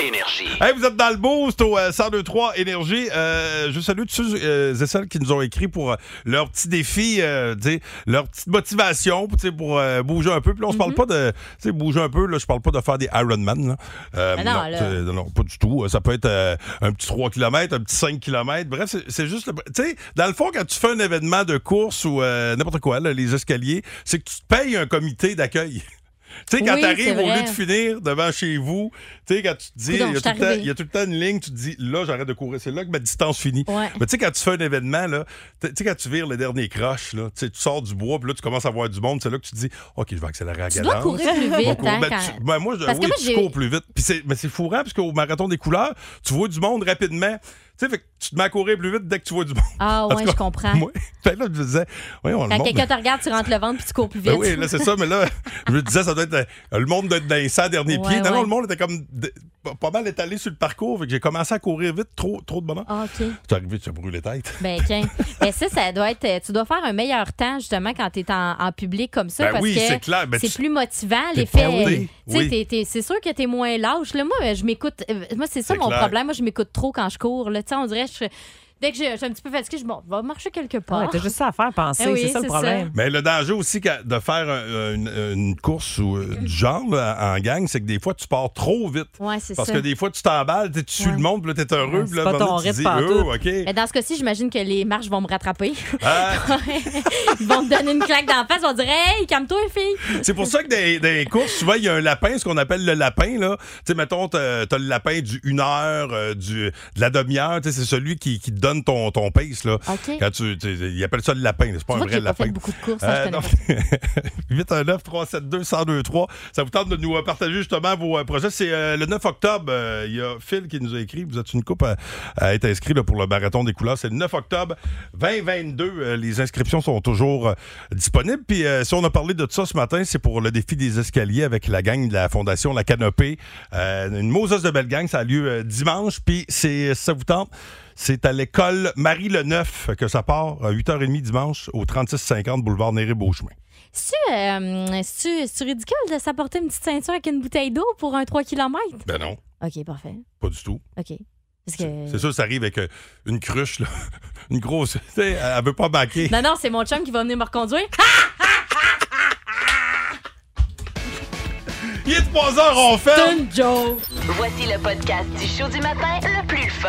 [SPEAKER 1] Énergie.
[SPEAKER 2] Hey, vous êtes dans le boost au euh, 1023 Énergie. Euh, je salue tous ceux euh, et celles qui nous ont écrit pour euh, leur petit défi, euh, tu sais, leur petite motivation tu sais, pour euh, bouger un peu. Puis là, on se
[SPEAKER 7] Mhm.
[SPEAKER 2] parle pas de tu sais, bouger un peu. Là, je parle pas de faire des Ironman. là. Euh,
[SPEAKER 7] Mais Ah non, là.
[SPEAKER 2] tu sais, non, non, pas du tout. Euh, Ça peut être euh, un petit 3 km, un petit 5 km. Bref, c'est- c'est juste. le- Tu sais, dans le fond, quand tu fais un événement de course ou euh, n'importe quoi, là, les escaliers, c'est que tu te payes un comité d'accueil. Tu sais, quand
[SPEAKER 7] Oui,
[SPEAKER 2] t'arrives
[SPEAKER 7] c'est
[SPEAKER 2] au lieu
[SPEAKER 7] vrai.
[SPEAKER 2] de finir devant chez vous, tu sais, quand tu te dis, il y,
[SPEAKER 7] Coudon, je
[SPEAKER 2] a tout
[SPEAKER 7] suis
[SPEAKER 2] le temps-
[SPEAKER 7] arrivée.
[SPEAKER 2] il y a tout le temps une ligne, tu te dis, là, j'arrête de courir, c'est là que ma distance finit.
[SPEAKER 7] Ouais.
[SPEAKER 2] Mais tu sais, quand tu fais un événement, là, tu tu sais, quand tu vires le dernier croche, là, tu sais, tu sors du bois, puis là, tu commences à voir du monde, c'est là que tu te dis, OK, je vais accélérer à
[SPEAKER 7] Tu
[SPEAKER 2] galante.
[SPEAKER 7] dois courir plus
[SPEAKER 2] Je vais
[SPEAKER 7] vite,
[SPEAKER 2] courir.
[SPEAKER 7] hein,
[SPEAKER 2] Ben,
[SPEAKER 7] quand-
[SPEAKER 2] tu- ben, moi, je,
[SPEAKER 7] Parce que
[SPEAKER 2] oui,
[SPEAKER 7] moi,
[SPEAKER 2] tu
[SPEAKER 7] j'ai-
[SPEAKER 2] cours plus vite. Puis c'est- mais c'est fourrant, parce qu'au marathon des couleurs, tu vois du monde rapidement. Tu sais, fait que tu te mets à courir plus vite dès que tu vois du monde.
[SPEAKER 7] Ah,
[SPEAKER 2] En tout
[SPEAKER 7] ouais,
[SPEAKER 2] cas,
[SPEAKER 7] je comprends.
[SPEAKER 2] Moi, ben là, je me disais, oui, on le
[SPEAKER 7] Quand
[SPEAKER 2] monde.
[SPEAKER 7] quelqu'un te regarde, tu rentres le ventre puis tu cours plus vite.
[SPEAKER 2] Ben oui, là, c'est ça, mais là, je me disais, ça doit être euh, le monde doit être dans les 100 derniers
[SPEAKER 7] Ouais,
[SPEAKER 2] pieds. Non, non,
[SPEAKER 7] ouais.
[SPEAKER 2] le monde était comme de- pas- pas mal étalé sur le parcours, fait que j'ai commencé à courir vite, trop, trop de bonheur.
[SPEAKER 7] Ah, OK.
[SPEAKER 2] Tu es arrivé, tu as brûlé tête.
[SPEAKER 7] Ben, qu'un. Mais ça, ça doit être. euh, Tu dois faire un meilleur temps, justement, quand tu es en, en public comme ça.
[SPEAKER 2] Ben
[SPEAKER 7] parce
[SPEAKER 2] oui,
[SPEAKER 7] que
[SPEAKER 2] c'est clair. Ben,
[SPEAKER 7] c'est
[SPEAKER 2] tu-
[SPEAKER 7] plus motivant,
[SPEAKER 2] t'es
[SPEAKER 7] l'effet. euh,
[SPEAKER 2] porté,
[SPEAKER 7] Tu sais,
[SPEAKER 2] oui.
[SPEAKER 7] t'es- t'es- c'est sûr que tu es moins lâche. Là, moi, je m'écoute. euh, Moi, c'est ça
[SPEAKER 2] C'est
[SPEAKER 7] mon
[SPEAKER 2] clair.
[SPEAKER 7] problème. Moi, je m'écoute trop quand je cours. Là. Tu sais, on dirait, je. Dès que je je suis un petit peu fatiguée, je dis, bon, va marcher quelque part.
[SPEAKER 8] Ouais, t'as juste ça à faire penser,
[SPEAKER 7] Eh oui,
[SPEAKER 8] c'est ça le problème.
[SPEAKER 2] Mais le danger aussi que- de faire euh, une, une course ou, euh, du genre là, en gang, c'est que des fois, tu pars trop vite.
[SPEAKER 7] Ouais, c'est
[SPEAKER 2] Parce
[SPEAKER 7] ça.
[SPEAKER 2] que des fois, tu t'emballes, tu suis le monde, puis là, t'es heureux,
[SPEAKER 7] Ouais,
[SPEAKER 2] puis
[SPEAKER 7] c'est
[SPEAKER 2] là,
[SPEAKER 7] pas
[SPEAKER 2] à un moment
[SPEAKER 7] ton
[SPEAKER 2] donné, tu
[SPEAKER 7] rythme
[SPEAKER 2] dis,
[SPEAKER 7] pantoute.
[SPEAKER 2] oh, OK.
[SPEAKER 7] Mais dans ce cas-ci, j'imagine que les marches vont me rattraper.
[SPEAKER 2] Ah.
[SPEAKER 7] Ils vont me donner une claque d'en face. Ils vont dire Hey, calme-toi, fille.
[SPEAKER 2] C'est pour ça que dans dans les courses, souvent, il y a un lapin, ce qu'on appelle le lapin. là. Tu sais, mettons, t'as t'as le lapin du 1 heure, euh, du, de la demi-heure. Tu sais, C'est celui qui, qui te donne ton, ton pace. Là.
[SPEAKER 7] OK.
[SPEAKER 2] Quand tu, tu sais, ils appellent ça le lapin. là. C'est pas
[SPEAKER 7] Tu
[SPEAKER 2] un
[SPEAKER 7] vois que
[SPEAKER 2] vrai
[SPEAKER 7] j'ai pas
[SPEAKER 2] lapin. Euh,
[SPEAKER 7] fait beaucoup de courses, hein, je connais
[SPEAKER 2] 819 372 1023 Ça vous tente de nous euh, partager justement vos euh, projets. C'est euh, le 9 octobre. euh, Il y a Phil qui nous a écrit. Vous êtes une coupe à, à être inscrit là, pour le marathon des couleurs. C'est le 9 octobre 2022. Euh, les inscriptions sont toujours euh, disponibles. Puis euh, si on a parlé de ça ce matin, c'est pour le défi des escaliers avec la gang de la Fondation La Canopée. Euh, une Moses de belle gang. Ça a lieu euh, dimanche. Puis c'est ça vous tente. C'est à l'école Marie-le-Neuf que ça part à 8h30 dimanche au 3650 boulevard Néré-Beauchemin.
[SPEAKER 7] C'est-tu euh, c'est-tu- c'est-tu ridicule de s'apporter une petite ceinture avec une bouteille d'eau pour un 3 km?
[SPEAKER 2] Ben non,
[SPEAKER 7] OK, parfait.
[SPEAKER 2] pas du tout.
[SPEAKER 7] OK. Parce que...
[SPEAKER 2] C'est sûr, ça arrive avec euh, une cruche, là. une grosse. tu sais, Elle elle veut pas baquer.
[SPEAKER 7] Non, non, c'est mon chum qui va venir me reconduire.
[SPEAKER 2] Il est 3 heures, on
[SPEAKER 4] C'est
[SPEAKER 2] ferme!
[SPEAKER 4] une joke. Voici le podcast du show du matin le plus fun.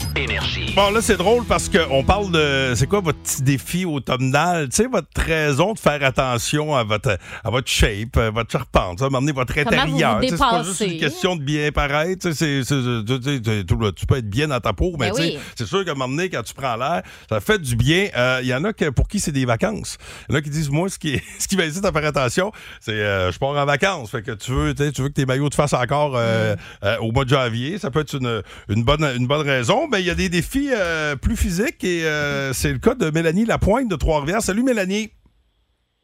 [SPEAKER 1] Énergie.
[SPEAKER 2] Bon, là, c'est drôle parce qu'on parle de. C'est quoi votre petit défi automnal? Tu sais, votre raison de faire attention à votre, à votre shape, à votre charpente, à un moment donné, votre
[SPEAKER 7] Comment vous vous
[SPEAKER 2] intérieur. Tu sais, c'est pas juste
[SPEAKER 7] dépassez.
[SPEAKER 2] une question de bien paraître. tu sais, c'est- c'est- tu sais, tu- tu- tu peux être bien dans ta peau, mais
[SPEAKER 7] Ben
[SPEAKER 2] tu sais,
[SPEAKER 7] oui.
[SPEAKER 2] c'est sûr qu'à un moment donné, quand tu prends l'air, ça fait du bien. Euh, Il y en a que, pour qui c'est des vacances. Il y en a qui disent, moi, ce qui, ce qui m'incite à faire attention, c'est euh, je pars en vacances. Fait que tu veux, tu sais, tu veux que tes maillots te fassent encore
[SPEAKER 7] Mm.
[SPEAKER 2] euh, euh, au mois de janvier. Ça peut être une, une bonne, une bonne raison. Mais il y a des défis euh, plus physiques et
[SPEAKER 7] Mm-hmm.
[SPEAKER 2] euh, c'est le cas de Mélanie Lapointe de Trois-Rivières. Salut, Mélanie.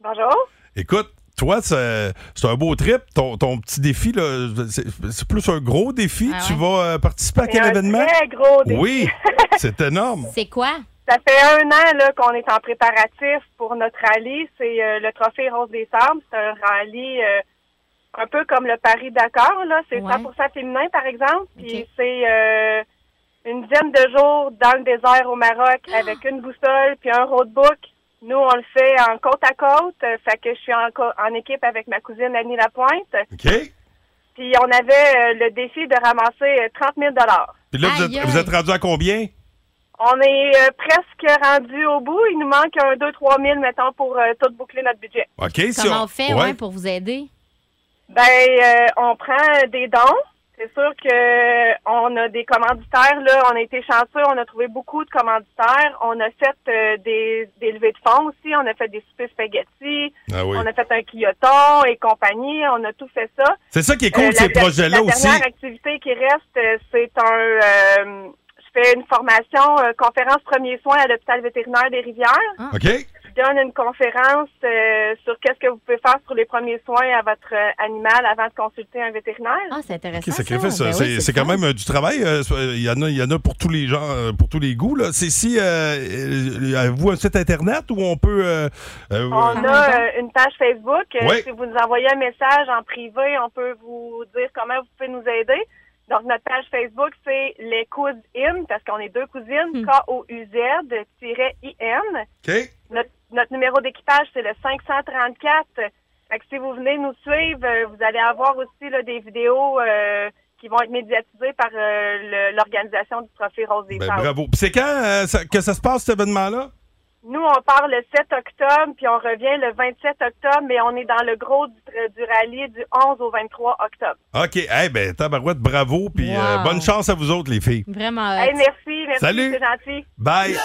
[SPEAKER 12] Bonjour.
[SPEAKER 2] Écoute, toi, c'est c'est un beau trip. Ton, ton petit défi, là, c'est c'est plus un gros défi.
[SPEAKER 12] Ah
[SPEAKER 2] Tu vas euh, participer à
[SPEAKER 12] C'est
[SPEAKER 2] quel
[SPEAKER 12] un
[SPEAKER 2] événement?
[SPEAKER 12] très gros défi.
[SPEAKER 2] Oui, c'est énorme.
[SPEAKER 7] C'est quoi?
[SPEAKER 12] Ça fait un an là, qu'on est en préparatif pour notre rallye. C'est euh, le Trophée Rose des Sables. C'est un rallye euh, un peu comme le Paris Dakar. Là. C'est 100% féminin, par exemple. Puis c'est euh, une dizaine de jours dans le désert au Maroc avec une boussole puis un roadbook. Nous, on le fait en côte à côte. Euh, Fait que je suis en, co- en équipe avec ma cousine Annie Lapointe.
[SPEAKER 2] OK.
[SPEAKER 12] Puis on avait euh, le défi de ramasser euh, 30 000
[SPEAKER 2] Puis là, vous êtes, vous êtes rendu à combien?
[SPEAKER 12] On est euh, presque rendu au bout. Il nous manque un 2-3 000, mettons, pour euh, tout boucler notre budget.
[SPEAKER 2] OK, si
[SPEAKER 7] Comment on fait
[SPEAKER 2] ouais.
[SPEAKER 7] ouais, pour vous aider?
[SPEAKER 12] Ben, euh, on prend des dons. C'est sûr que euh, on a des commanditaires là. On a été chanceux, on a trouvé beaucoup de commanditaires. On a fait euh, des, des levées de fonds aussi. On a fait des soupers spaghettis.
[SPEAKER 2] Ah oui.
[SPEAKER 12] On a fait un quilloton et compagnie. On a tout fait ça.
[SPEAKER 2] C'est ça qui est cool,
[SPEAKER 12] Euh, la
[SPEAKER 2] ces
[SPEAKER 12] der-
[SPEAKER 2] projets-là aussi.
[SPEAKER 12] La dernière activité qui reste, euh, c'est un. euh, je fais une formation euh, conférence premiers soins à l'hôpital vétérinaire des Rivières.
[SPEAKER 2] OK.
[SPEAKER 12] Je donne une conférence euh, sur qu'est-ce que vous pouvez faire sur les premiers soins à votre euh, animal avant de consulter un vétérinaire.
[SPEAKER 7] Ah, c'est intéressant.
[SPEAKER 2] Ok,
[SPEAKER 12] Ben
[SPEAKER 2] sacrifice, c'est c'est quand même euh, du travail. euh, so- euh, Il y en a, il y en a pour tous les gens, euh, pour tous les goûts. là. C'est si euh, euh, avez-vous un site internet où on peut euh, euh,
[SPEAKER 12] On a euh, une page Facebook. Euh,
[SPEAKER 2] Ouais.
[SPEAKER 12] Si vous nous envoyez un message en privé, on peut vous dire comment vous pouvez nous aider. Donc, notre page Facebook, c'est les cousines, parce qu'on est deux cousines, K-O-U-Z-I-N.
[SPEAKER 2] OK.
[SPEAKER 12] Notre, notre numéro d'équipage, c'est le 534. Fait que si vous venez nous suivre, euh, vous allez avoir aussi là, des vidéos euh, qui vont être médiatisés par euh, le- l'organisation du Trophée Rose des
[SPEAKER 2] Ben,
[SPEAKER 12] Sables.
[SPEAKER 2] bravo. Puis c'est quand euh, ça- que ça se passe, cet événement-là?
[SPEAKER 12] Nous, on part le 7 octobre, puis on revient le 27 octobre, mais on est dans le gros du, du rallye du 11 au 23 octobre.
[SPEAKER 2] OK. Eh ben, tabarouette, bravo. Puis
[SPEAKER 12] Wow.
[SPEAKER 2] euh, bonne chance à vous autres, les filles.
[SPEAKER 7] Vraiment.
[SPEAKER 12] Hey, merci, merci,
[SPEAKER 2] Salut.
[SPEAKER 12] c'est gentil.
[SPEAKER 2] Bye.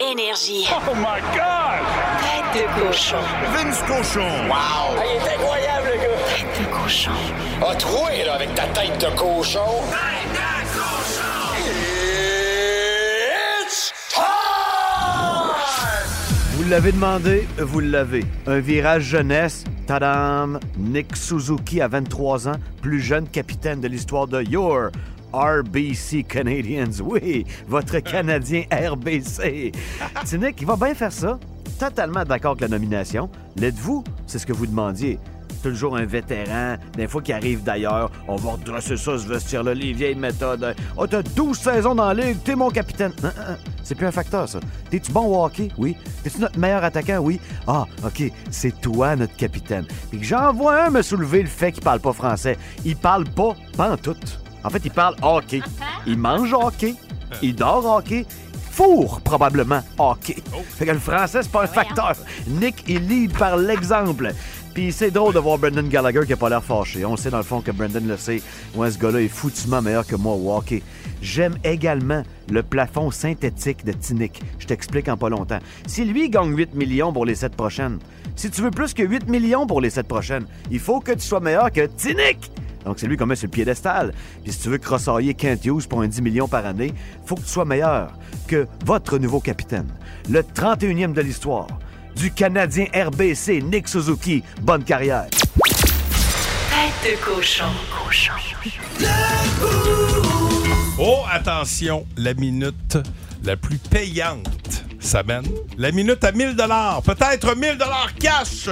[SPEAKER 4] Énergie.
[SPEAKER 13] Oh my God!
[SPEAKER 4] Tête de cochon.
[SPEAKER 13] Vince Cochon.
[SPEAKER 4] Wow.
[SPEAKER 13] Ah, il est incroyable, le gars. Tête de cochon. A troué, là, avec ta tête de cochon. Tête de cochon! It's time!
[SPEAKER 14] Vous l'avez demandé, vous l'avez. Un virage jeunesse. Tadam! Nick Suzuki, à 23 ans, plus jeune capitaine de l'histoire de Your RBC Canadians. Oui, votre Canadien RBC. C'est Nick, il va bien faire ça. Totalement d'accord avec la nomination. L'êtes-vous? C'est ce que vous demandiez. Toujours un vétéran, des fois qui arrive d'ailleurs, on va redresser ça, ce vestiaire-là, les vieilles méthodes. Ah, t'as 12 saisons dans la ligue, t'es mon capitaine. Hein, hein, hein. C'est plus un facteur, ça. T'es-tu bon au hockey? Oui. T'es-tu notre meilleur attaquant? Oui. Ah, OK, c'est toi, notre capitaine. Puis que j'en vois un me soulever le fait qu'il parle pas français. Il parle pas pantoute. En fait, il parle hockey. Il mange hockey. Il dort hockey four, probablement, hockey. Fait que le français, c'est pas un facteur. Nick, il lead par l'exemple. Puis c'est drôle de voir Brendan Gallagher qui a pas l'air fâché. On sait dans le fond que Brendan le sait. Ouais, ce gars-là est foutument meilleur que moi au hockey. J'aime également le plafond synthétique de Tinic. Je t'explique en pas longtemps. Si lui gagne 8 millions pour les 7 prochaines, si tu veux plus que 8 millions pour les 7 prochaines, il faut que tu sois meilleur que Tinic. Donc, c'est lui qu'on met sur le piédestal. Puis, si tu veux crossoyer Kent Hughes pour un 10 millions par année, faut que tu sois meilleur que votre nouveau capitaine, le 31e de l'histoire, du Canadien RBC Nick Suzuki. Bonne carrière.
[SPEAKER 4] Tête de cochon. cochon.
[SPEAKER 2] Oh, attention, la minute la plus payante s'amène. La minute à 1000 peut-être 1000 cash.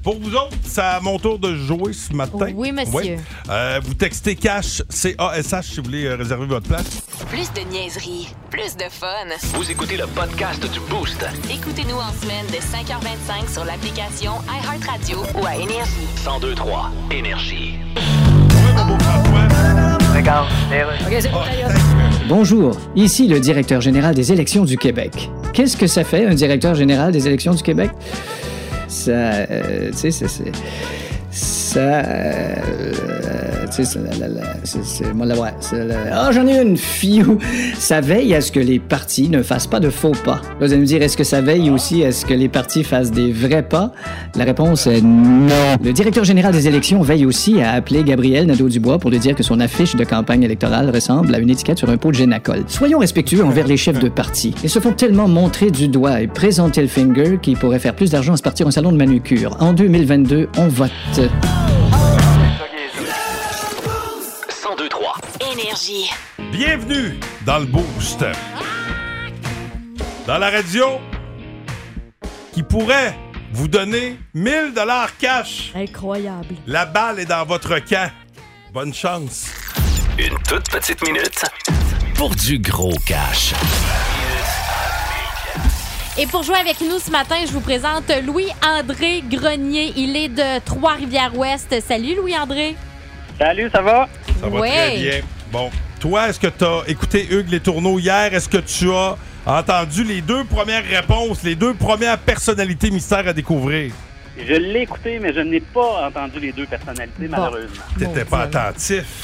[SPEAKER 2] Pour vous autres, c'est à mon tour de jouer ce matin.
[SPEAKER 7] Oui, monsieur.
[SPEAKER 2] Euh, vous textez cash, C-A-S-H, si vous voulez euh, réserver votre place.
[SPEAKER 6] Plus de niaiserie, plus de fun.
[SPEAKER 1] Vous écoutez le podcast du Boost.
[SPEAKER 6] Écoutez-nous en semaine de 5h25 sur l'application iHeartRadio ou à Énergie.
[SPEAKER 1] 1023 Énergie.
[SPEAKER 2] Ah,
[SPEAKER 5] Bonjour, ici le directeur général des élections du Québec. Qu'est-ce que ça fait, un directeur général des élections du Québec? Ça. euh, tu sais, c'est- c'est. Ça. euh, tu sais, c'est la- la- la- c'est- c'est- moi, la- ouais, c'est la- Ah, j'en ai une, fiou! Ça veille à ce que les partis ne fassent pas de faux pas. Là, vous allez me dire, est-ce que ça veille aussi à ce que les partis fassent des vrais pas? La réponse est non. Le directeur général des élections veille aussi à appeler Gabriel Nadeau-Dubois pour lui dire que son affiche de campagne électorale ressemble à une étiquette sur un pot de Génacol. Soyons respectueux envers les chefs de parti. Ils se font tellement montrer du doigt et présenter le finger qu'ils pourraient faire plus d'argent à se partir un salon de manucure. En 2022, on vote.
[SPEAKER 1] 1023
[SPEAKER 4] Énergie.
[SPEAKER 2] Bienvenue dans le Boost. Dans la radio qui pourrait vous donner 1000 cash.
[SPEAKER 7] Incroyable.
[SPEAKER 2] La balle est dans votre camp. Bonne chance.
[SPEAKER 1] Une toute petite minute pour du gros cash.
[SPEAKER 7] Et pour jouer avec nous ce matin, je vous présente Louis-André Grenier. Il est de Trois-Rivières-Ouest. Salut Louis-André.
[SPEAKER 2] Salut, ça va? Ça va
[SPEAKER 7] Ouais.
[SPEAKER 2] très bien. Bon, toi, est-ce que tu as écouté Hugues Les Tourneaux hier? Est-ce que tu as entendu les deux premières réponses, les deux premières personnalités mystères à découvrir?
[SPEAKER 15] Je l'ai écouté, mais je n'ai pas entendu les deux personnalités, malheureusement.
[SPEAKER 2] T'étais pas attentif.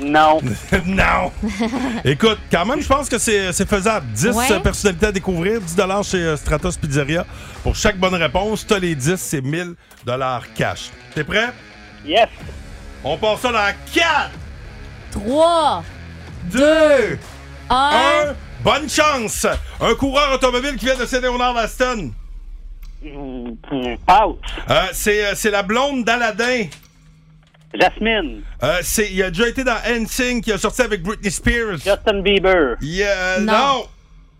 [SPEAKER 15] Non.
[SPEAKER 2] non. Écoute, quand même, je pense que c'est c'est faisable. 10
[SPEAKER 15] Ouais.
[SPEAKER 2] euh, personnalités à découvrir, 10 chez euh, Stratos Pizzeria. Pour chaque bonne réponse, t'as les 10, c'est 1000 cash. T'es prêt?
[SPEAKER 15] Yes.
[SPEAKER 2] On part ça dans 4,
[SPEAKER 7] 3,
[SPEAKER 2] 2,
[SPEAKER 7] 1.
[SPEAKER 2] Bonne chance! Un coureur automobile qui vient de Saint-Léonard-Vaston. Euh, c'est euh, c'est la blonde d'Aladin.
[SPEAKER 15] Jasmine.
[SPEAKER 2] Euh, c'est- il a déjà été dans NSYNC, il a sorti avec Britney Spears. euh,
[SPEAKER 15] Justin Bieber.
[SPEAKER 2] non.
[SPEAKER 15] Non.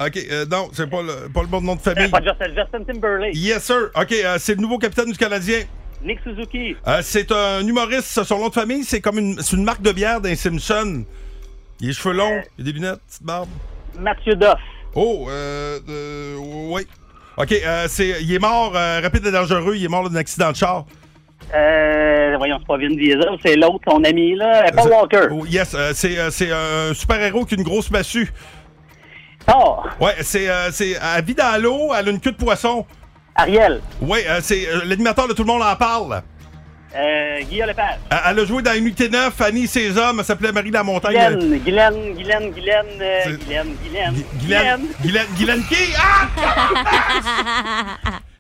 [SPEAKER 2] OK, euh, non, c'est pas le, pas le bon nom de famille.
[SPEAKER 15] Euh, Pas Justin, Justin Timberlake.
[SPEAKER 2] Yes, sir. OK, euh, c'est le nouveau capitaine du Canadien.
[SPEAKER 15] Nick Suzuki.
[SPEAKER 2] Euh, c'est un humoriste. Son nom de famille, c'est comme une, c'est une marque de bière d'un Simpson. Il a les cheveux longs, il a des lunettes, petite barbe.
[SPEAKER 15] Mathieu Doff.
[SPEAKER 2] Oh, euh, euh, oui. OK, euh, c'est, il est mort, euh, rapide et dangereux. Il est mort d'un accident de char.
[SPEAKER 15] Euh, voyons, c'est pas Vin Diesel, c'est l'autre, son ami, là. euh, Paul Walker.
[SPEAKER 2] Oh, yes, euh, c'est euh, c'est un super-héros qui a une grosse massue.
[SPEAKER 15] Ah!
[SPEAKER 2] Ouais, c'est. euh, c'est- elle vit dans l'eau, elle a une queue de poisson.
[SPEAKER 15] Ariel.
[SPEAKER 2] Ouais, euh, c'est euh, l'animateur de Tout le monde en parle.
[SPEAKER 15] Euh, Guillaume Lepage.
[SPEAKER 2] Elle, elle a joué dans Unité 9, Fanny et ses hommes, elle s'appelait Marie Lamontagne.
[SPEAKER 15] Guylaine, Guylaine, Guylaine, Guylaine, euh,
[SPEAKER 2] Ah, C'est-
[SPEAKER 15] Guylaine, Guylaine,
[SPEAKER 2] Guylaine. Guylaine, Guylaine qui? Ah!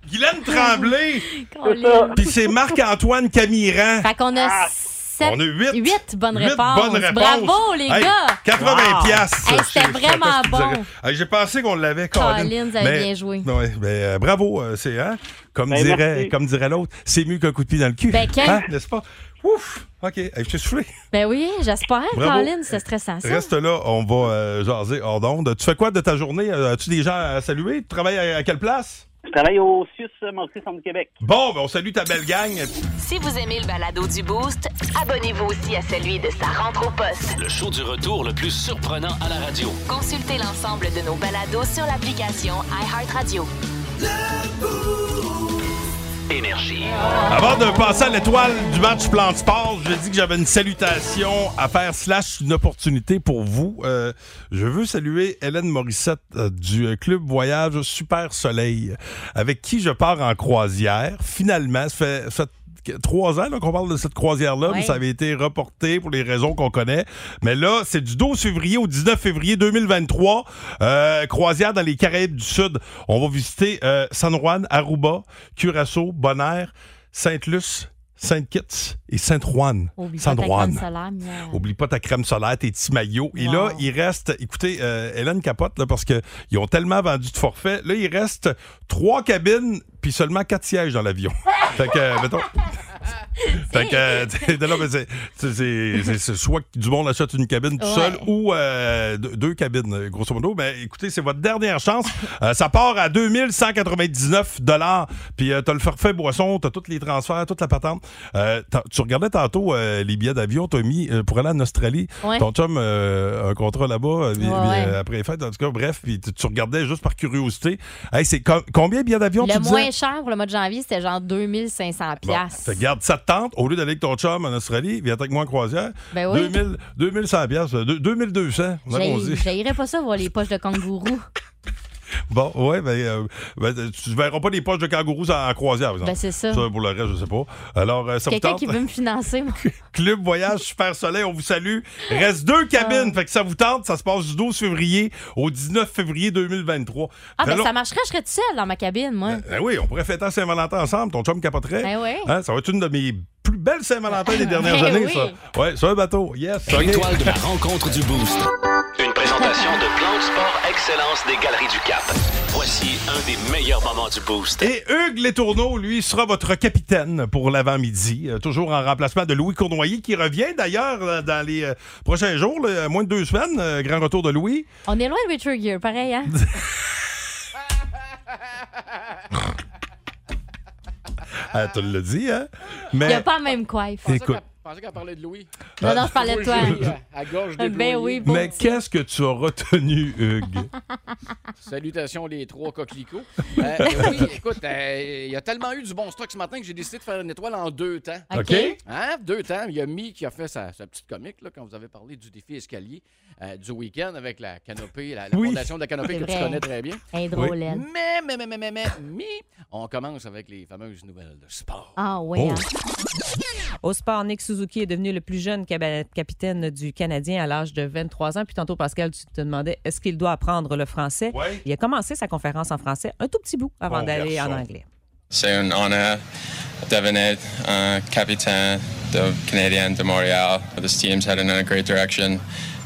[SPEAKER 2] Guylaine Tremblay!
[SPEAKER 7] Colin.
[SPEAKER 2] Puis c'est Marc-Antoine Camiran.
[SPEAKER 7] Fait qu'on a sept-
[SPEAKER 2] On a huit.
[SPEAKER 7] huit bonnes
[SPEAKER 2] Huit
[SPEAKER 7] réponses.
[SPEAKER 2] bonnes réponses.
[SPEAKER 7] Bravo, les
[SPEAKER 2] Hey,
[SPEAKER 7] gars!
[SPEAKER 2] 80 piastres.
[SPEAKER 7] Hey, c'était
[SPEAKER 2] Je- je savais pas
[SPEAKER 7] vraiment
[SPEAKER 2] ce que
[SPEAKER 7] bon.
[SPEAKER 2] vous auriez- Hey, J'ai pensé qu'on l'avait,
[SPEAKER 7] Colin,
[SPEAKER 2] Colin.
[SPEAKER 7] vous avez
[SPEAKER 2] Mais-
[SPEAKER 7] bien joué.
[SPEAKER 2] Ouais, ben, euh, bravo, euh, c'est... Hein? Comme,
[SPEAKER 15] Ben,
[SPEAKER 2] dirait,
[SPEAKER 15] merci.
[SPEAKER 2] comme dirait l'autre, c'est mieux qu'un coup de pied dans le cul.
[SPEAKER 7] Ben, quel-
[SPEAKER 2] Hein, N'est-ce pas? Ouf! OK, hey, je t'ai soufflé.
[SPEAKER 7] Ben oui, j'espère,
[SPEAKER 2] Bravo.
[SPEAKER 7] Colin, c'est stressant ça.
[SPEAKER 2] Reste là, on va euh, jaser hors d'onde. Tu fais quoi de ta journée? Euh, As-tu des gens à saluer? Tu travailles à, à quelle place?
[SPEAKER 15] Je travaille au Sius Maurice Centre du Québec.
[SPEAKER 2] Bon, ben on salue ta belle gang.
[SPEAKER 4] Si vous aimez le balado du Boost, abonnez-vous aussi à celui de sa rentre au poste.
[SPEAKER 1] Le show du retour le plus surprenant à la radio.
[SPEAKER 4] Consultez l'ensemble de nos balados sur l'application iHeartRadio.
[SPEAKER 1] Énergie.
[SPEAKER 2] Avant de passer à l'étoile du match Plan de Sport, j'ai dit que j'avais une salutation à faire slash une opportunité pour vous. Euh, je veux saluer Hélène Morissette euh, du euh, Club Voyage Super Soleil, avec qui je pars en croisière. Finalement, ça fait, ça fait trois ans là, qu'on parle de cette croisière-là, mais
[SPEAKER 16] Ouais.
[SPEAKER 2] ça avait été reporté pour les raisons qu'on connaît. Mais là, c'est du 12 février au 19 février 2023, euh, croisière dans les Caraïbes du Sud. On va visiter euh, San Juan, Aruba, Curaçao, Bonaire, Sainte-Luce, Sainte-Kitts et Sainte-Juan.
[SPEAKER 7] Oublie pas
[SPEAKER 2] San
[SPEAKER 7] ta
[SPEAKER 2] Juan.
[SPEAKER 7] crème solaire, miam.
[SPEAKER 2] Oublie pas ta crème solaire, tes petits maillots. Et là, il reste, écoutez, euh, Hélène capote, là, parce qu'ils ont tellement vendu de forfaits. Là, il reste trois cabines, puis seulement quatre sièges dans l'avion. fait que, euh, mettons. Fait que, euh, t'sais, non, mais c'est- c'est- c'est c'est- c'est soit que du monde achète une cabine tout seul
[SPEAKER 16] Ouais.
[SPEAKER 2] ou euh, deux, deux cabines, euh, grosso modo. Mais écoutez, c'est votre dernière chance. Euh, ça part à 2199 Puis euh, t'as le forfait boisson, t'as tous les transferts, toute la patente. Euh, t'as- tu regardais tantôt euh, les billets d'avion, Tommy, euh, pour aller en Australie.
[SPEAKER 16] Ouais.
[SPEAKER 2] Ton chum euh, a un contrat là-bas euh, vi-
[SPEAKER 16] Ouais,
[SPEAKER 2] vi-
[SPEAKER 16] ouais.
[SPEAKER 2] après les fêtes. En tout cas, bref, puis tu tu regardais juste par curiosité. Hey, c'est com- combien de billets d'avion tu
[SPEAKER 7] Le
[SPEAKER 2] disais?
[SPEAKER 7] moins cher pour le mois de janvier, c'était genre 2500
[SPEAKER 2] Bon,
[SPEAKER 7] piastres.
[SPEAKER 2] fait que garde ça te tente, au lieu d'aller avec ton chum en Australie, viens avec moi en croisière.
[SPEAKER 7] Ben oui.
[SPEAKER 2] 2000, 2100 piastres, euh, deux- 2200, on a qu'on
[SPEAKER 7] J'ai-
[SPEAKER 2] dit.
[SPEAKER 7] J'haïrais pas ça voir les poches de kangourou.
[SPEAKER 2] Bon, ouais, ben, euh, ben, euh, tu verras pas des poches de kangourous en, en croisière, par exemple.
[SPEAKER 7] Ben, c'est ça.
[SPEAKER 2] pour le reste, je sais pas. Alors, euh, ça vous
[SPEAKER 7] Quelqu'un
[SPEAKER 2] tente?
[SPEAKER 7] qui veut me Ah. financer, moi.
[SPEAKER 2] Club Voyage Super Soleil, on vous salue. Reste deux cabines, fait que ça vous tente, ça se passe du 12 février au 19 février 2023.
[SPEAKER 7] Ah,
[SPEAKER 2] Très
[SPEAKER 7] ben
[SPEAKER 2] long-
[SPEAKER 7] ça marcherait, je serais toute seule dans ma cabine, moi.
[SPEAKER 2] Ben oui, on pourrait fêter à Saint-Valentin ensemble, ton chum capoterait.
[SPEAKER 7] Ben oui.
[SPEAKER 2] Hein, ça va être une de mes plus belles Saint-Valentin des dernières
[SPEAKER 7] Ben
[SPEAKER 2] années,
[SPEAKER 7] oui.
[SPEAKER 2] ça. Ouais, sur un bateau, yes. ok.
[SPEAKER 1] L'étoile de la rencontre du Boost. Une présentation de Plan de Sport Excellence des Galeries du Cap. Voici un des meilleurs moments du Boost.
[SPEAKER 2] Et Hugues Létourneau, lui, sera votre capitaine pour l'avant-midi, euh, toujours en remplacement de Louis Cournoyer, qui revient d'ailleurs euh, dans les euh, prochains jours, là, moins de deux semaines, euh, grand retour de Louis.
[SPEAKER 7] On est loin de Richard Gere, pareil, hein?
[SPEAKER 2] Euh, tu le dis, hein?
[SPEAKER 7] Il
[SPEAKER 2] Mais
[SPEAKER 7] n'y a pas la même coiffe.
[SPEAKER 2] Écoute. Je pensais qu'elle-
[SPEAKER 17] pensais qu'elle parlait de Louis.
[SPEAKER 7] Non, non, je parlais de toi.
[SPEAKER 17] À gorge
[SPEAKER 7] Ben oui, bon.
[SPEAKER 2] mais qu'est-ce que tu as retenu, Hugues?
[SPEAKER 17] Salutations les trois coquelicots. Euh, mais oui, écoute, euh, il y a tellement eu du bon stock ce matin que j'ai décidé de faire une étoile en deux temps.
[SPEAKER 2] OK.
[SPEAKER 17] Hein? Deux temps. Il y a Mi qui a fait sa, sa petite comique là, quand vous avez parlé du défi escalier euh, du week-end avec la canopée, la, la
[SPEAKER 2] Oui.
[SPEAKER 17] fondation de la canopée
[SPEAKER 7] C'est
[SPEAKER 17] que tu
[SPEAKER 7] vrai.
[SPEAKER 17] connais très bien.
[SPEAKER 7] Elle est drôle, elle.
[SPEAKER 17] Mais, mais, mais, mais, mais, mais, Mi, on commence avec les fameuses nouvelles de sport.
[SPEAKER 7] Ah, ouais.
[SPEAKER 2] Oh.
[SPEAKER 7] hein.
[SPEAKER 8] Au sport, Nick Suzuki est devenu le plus jeune caba- capitaine du Canadien à l'âge de 23 ans. Puis tantôt, Pascal, tu te demandais est-ce qu'il doit apprendre le français.
[SPEAKER 18] Ouais.
[SPEAKER 8] Il a commencé sa conférence en français un tout petit bout avant
[SPEAKER 18] Bon
[SPEAKER 8] d'aller en
[SPEAKER 18] garçon.
[SPEAKER 8] anglais.
[SPEAKER 18] C'est un honneur de devenir un capitaine de Canadien de Montréal. This team's heading in a great direction,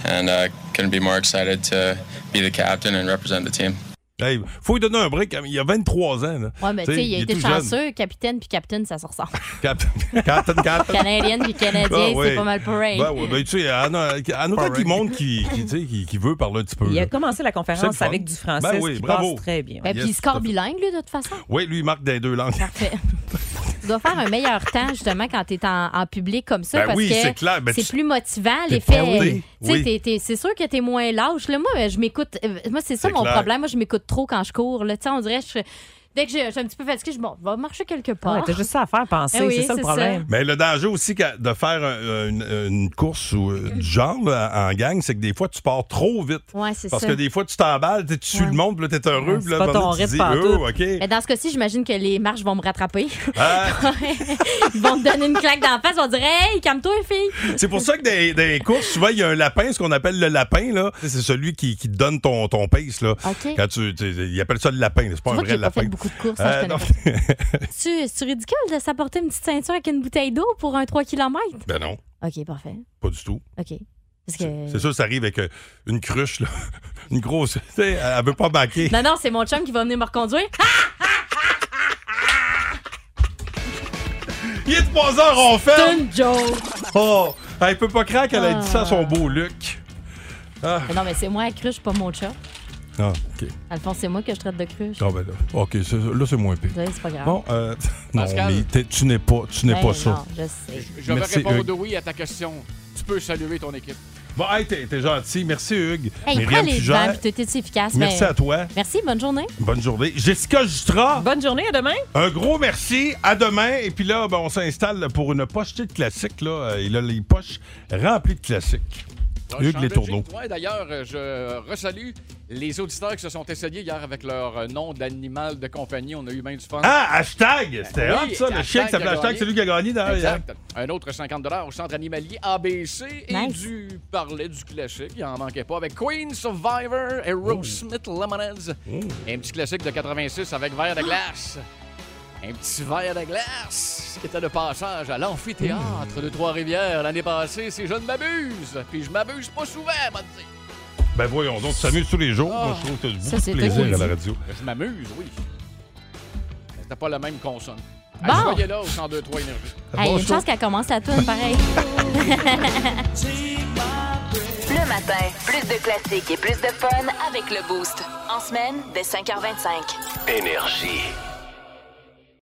[SPEAKER 18] and uh, couldn't be more excited to be the captain and represent the team.
[SPEAKER 2] Hey, faut lui donner un break. hein, Il a 23 ans. Là.
[SPEAKER 7] Ouais, mais tu sais, il a
[SPEAKER 2] est
[SPEAKER 7] été
[SPEAKER 2] tout jeune.
[SPEAKER 7] chanceux. Capitaine puis capitaine, ça se ressemble.
[SPEAKER 2] Captain, Captain, Captain.
[SPEAKER 7] Canadienne puis Canadien,
[SPEAKER 2] Ah,
[SPEAKER 7] c'est
[SPEAKER 2] ouais.
[SPEAKER 7] pas mal pareil.
[SPEAKER 2] Ben, ouais, ben, tu sais, en en autant qu'il montre qu'il qui, tu sais, qu'il- qu'il veut parler un petit peu.
[SPEAKER 8] Il a
[SPEAKER 2] là.
[SPEAKER 8] commencé la
[SPEAKER 2] C'est le
[SPEAKER 8] conférence
[SPEAKER 2] fun.
[SPEAKER 8] avec du français,
[SPEAKER 2] Ben
[SPEAKER 8] ce
[SPEAKER 2] oui,
[SPEAKER 8] qui
[SPEAKER 2] bravo.
[SPEAKER 8] passe très bien.
[SPEAKER 7] Ben, puis il
[SPEAKER 2] Yes,
[SPEAKER 7] score
[SPEAKER 2] tout à fait.
[SPEAKER 7] bilingue, lui, de toute façon.
[SPEAKER 2] Oui, lui, il marque des deux langues.
[SPEAKER 7] Parfait. Tu dois faire un meilleur temps, justement, quand tu es en, en public comme ça.
[SPEAKER 2] Ben
[SPEAKER 7] parce
[SPEAKER 2] oui,
[SPEAKER 7] que
[SPEAKER 2] c'est clair. Ben,
[SPEAKER 7] c'est
[SPEAKER 2] tu-
[SPEAKER 7] plus motivant,
[SPEAKER 2] t'es
[SPEAKER 7] l'effet.
[SPEAKER 2] prouté.
[SPEAKER 7] Tu sais,
[SPEAKER 2] Oui.
[SPEAKER 7] t'es- t'es- c'est sûr que tu es moins lâche. Là, moi, je m'écoute. euh, Moi, c'est ça
[SPEAKER 2] C'est
[SPEAKER 7] mon
[SPEAKER 2] clair.
[SPEAKER 7] problème. Moi, je m'écoute trop quand je cours. Là. Tu sais, on dirait que je. Dès que je, je suis un petit peu fatiguée, je dis, bon, je vais marcher quelque part.
[SPEAKER 8] Ouais, Ah, t'as juste ça à faire penser,
[SPEAKER 7] Eh oui,
[SPEAKER 8] c'est ça le problème.
[SPEAKER 2] Mais le danger aussi qu'à- de faire un- une, une course ou, euh, du genre là, en gang, c'est que des fois, tu pars trop vite.
[SPEAKER 7] Ouais, c'est
[SPEAKER 2] Parce
[SPEAKER 7] ça.
[SPEAKER 2] que des fois, tu t'emballes, tu suis le monde, puis là, t'es heureux, puis là, à un moment donné, tu dis, oh, OK.
[SPEAKER 7] Mais dans ce cas-ci, j'imagine que les marches vont me rattraper.
[SPEAKER 2] Ah.
[SPEAKER 7] ils vont me donner une claque d'en face, ils vont dire Hey, calme-toi, fille!
[SPEAKER 2] C'est pour ça que des, des courses, souvent, il y a un lapin, ce qu'on appelle le lapin, là. C'est celui qui, qui te donne ton, ton pace, là.
[SPEAKER 7] OK.
[SPEAKER 2] Quand tu, tu- ils appellent ça le lapin, c'est
[SPEAKER 7] Tu
[SPEAKER 2] pas un
[SPEAKER 7] vois que
[SPEAKER 2] vrai
[SPEAKER 7] j'ai pas
[SPEAKER 2] lapin. Euh,
[SPEAKER 7] fait beaucoup de courses, hein, je connais Tu- C'est ridicule de s'apporter une petite ceinture avec une bouteille d'eau pour un 3 km.
[SPEAKER 2] Ben non,
[SPEAKER 7] OK, parfait.
[SPEAKER 2] pas du tout.
[SPEAKER 7] OK. Parce que...
[SPEAKER 2] C'est sûr, ça arrive avec euh, une cruche, là. Une grosse. Tu sais, elle veut pas baquer.
[SPEAKER 7] Non, non, c'est mon chum qui va venir me reconduire.
[SPEAKER 2] Il est 3 heures, on fait.
[SPEAKER 7] C'est une joke!
[SPEAKER 2] Oh, elle peut pas craquer, elle a dit ça à son
[SPEAKER 7] Ah.
[SPEAKER 2] beau Luc. Ah,
[SPEAKER 7] Mais non, mais c'est moi la cruche, pas mon chat.
[SPEAKER 2] ah, OK.
[SPEAKER 7] Dans le fond, c'est moi que je traite de cruche.
[SPEAKER 2] Ah, ben là, OK, c'est- là, c'est moins pire.
[SPEAKER 7] Vous savez, C'est pas grave.
[SPEAKER 2] Bon, euh, non,
[SPEAKER 17] Pascal.
[SPEAKER 2] mais t'es- tu n'es pas, tu n'es
[SPEAKER 7] Ah. Ben
[SPEAKER 2] pas ça.
[SPEAKER 7] non, je sais.
[SPEAKER 17] Je vais
[SPEAKER 2] Merci,
[SPEAKER 17] répondre
[SPEAKER 2] Hugues.
[SPEAKER 17] oui à ta question. Tu peux saluer ton équipe.
[SPEAKER 2] Bon, hey, t'es t'es gentil. Merci, Hugues.
[SPEAKER 7] Hey, prends
[SPEAKER 2] Myriam
[SPEAKER 7] les
[SPEAKER 2] Fugère,
[SPEAKER 7] devants, puis t'es t'es efficace.
[SPEAKER 2] Merci
[SPEAKER 7] mais-
[SPEAKER 2] à toi.
[SPEAKER 7] Merci, bonne journée.
[SPEAKER 2] Bonne journée. Jessica Justra,
[SPEAKER 8] Bonne journée, à demain.
[SPEAKER 2] un gros merci. À demain. Et puis là, ben, on s'installe pour une pochetée de classiques. Là. Il a les poches remplies de classiques. Hugues Les Tourneaux.
[SPEAKER 17] Ouais, d'ailleurs, euh, je resalue les auditeurs qui se sont essayés hier avec leur euh, nom d'animal de compagnie. On a eu bien du fun.
[SPEAKER 2] Ah, hashtag! C'était
[SPEAKER 17] Oui,
[SPEAKER 2] hot, ça. Le
[SPEAKER 17] hashtag
[SPEAKER 2] chien qui s'appelait
[SPEAKER 17] a
[SPEAKER 2] hashtag,
[SPEAKER 17] gagné.
[SPEAKER 2] c'est lui qui a gagné. d'ailleurs.
[SPEAKER 17] Exact. Un autre 50 au centre animalier ABC et
[SPEAKER 2] Nice.
[SPEAKER 17] du parler du classique, il en manquait pas, avec Queen Survivor et Rosemith Lemonades. Et un petit classique de 86 avec verre de glace. Un petit verre de glace qui était de passage à l'amphithéâtre de Trois-Rivières l'année passée, si je ne m'abuse. Puis je m'abuse pas souvent, moi, de dire.
[SPEAKER 2] Ben voyons donc, tu s'amuses tous les jours. Moi, je trouve que tu as
[SPEAKER 17] Ça,
[SPEAKER 7] Ah,
[SPEAKER 2] beaucoup de
[SPEAKER 17] c'est
[SPEAKER 2] plaisir à la
[SPEAKER 17] drôle.
[SPEAKER 2] radio.
[SPEAKER 17] Je m'amuse, oui. Mais C'était pas la même consonne.
[SPEAKER 7] Bon.
[SPEAKER 17] Ah, soyez là au 102-3 Énergie.
[SPEAKER 7] Hey, une chance qu'elle commence à tourner pareil.
[SPEAKER 6] Le matin, plus de classiques et plus de fun avec le Boost. En semaine, dès 5h25.
[SPEAKER 1] Énergie.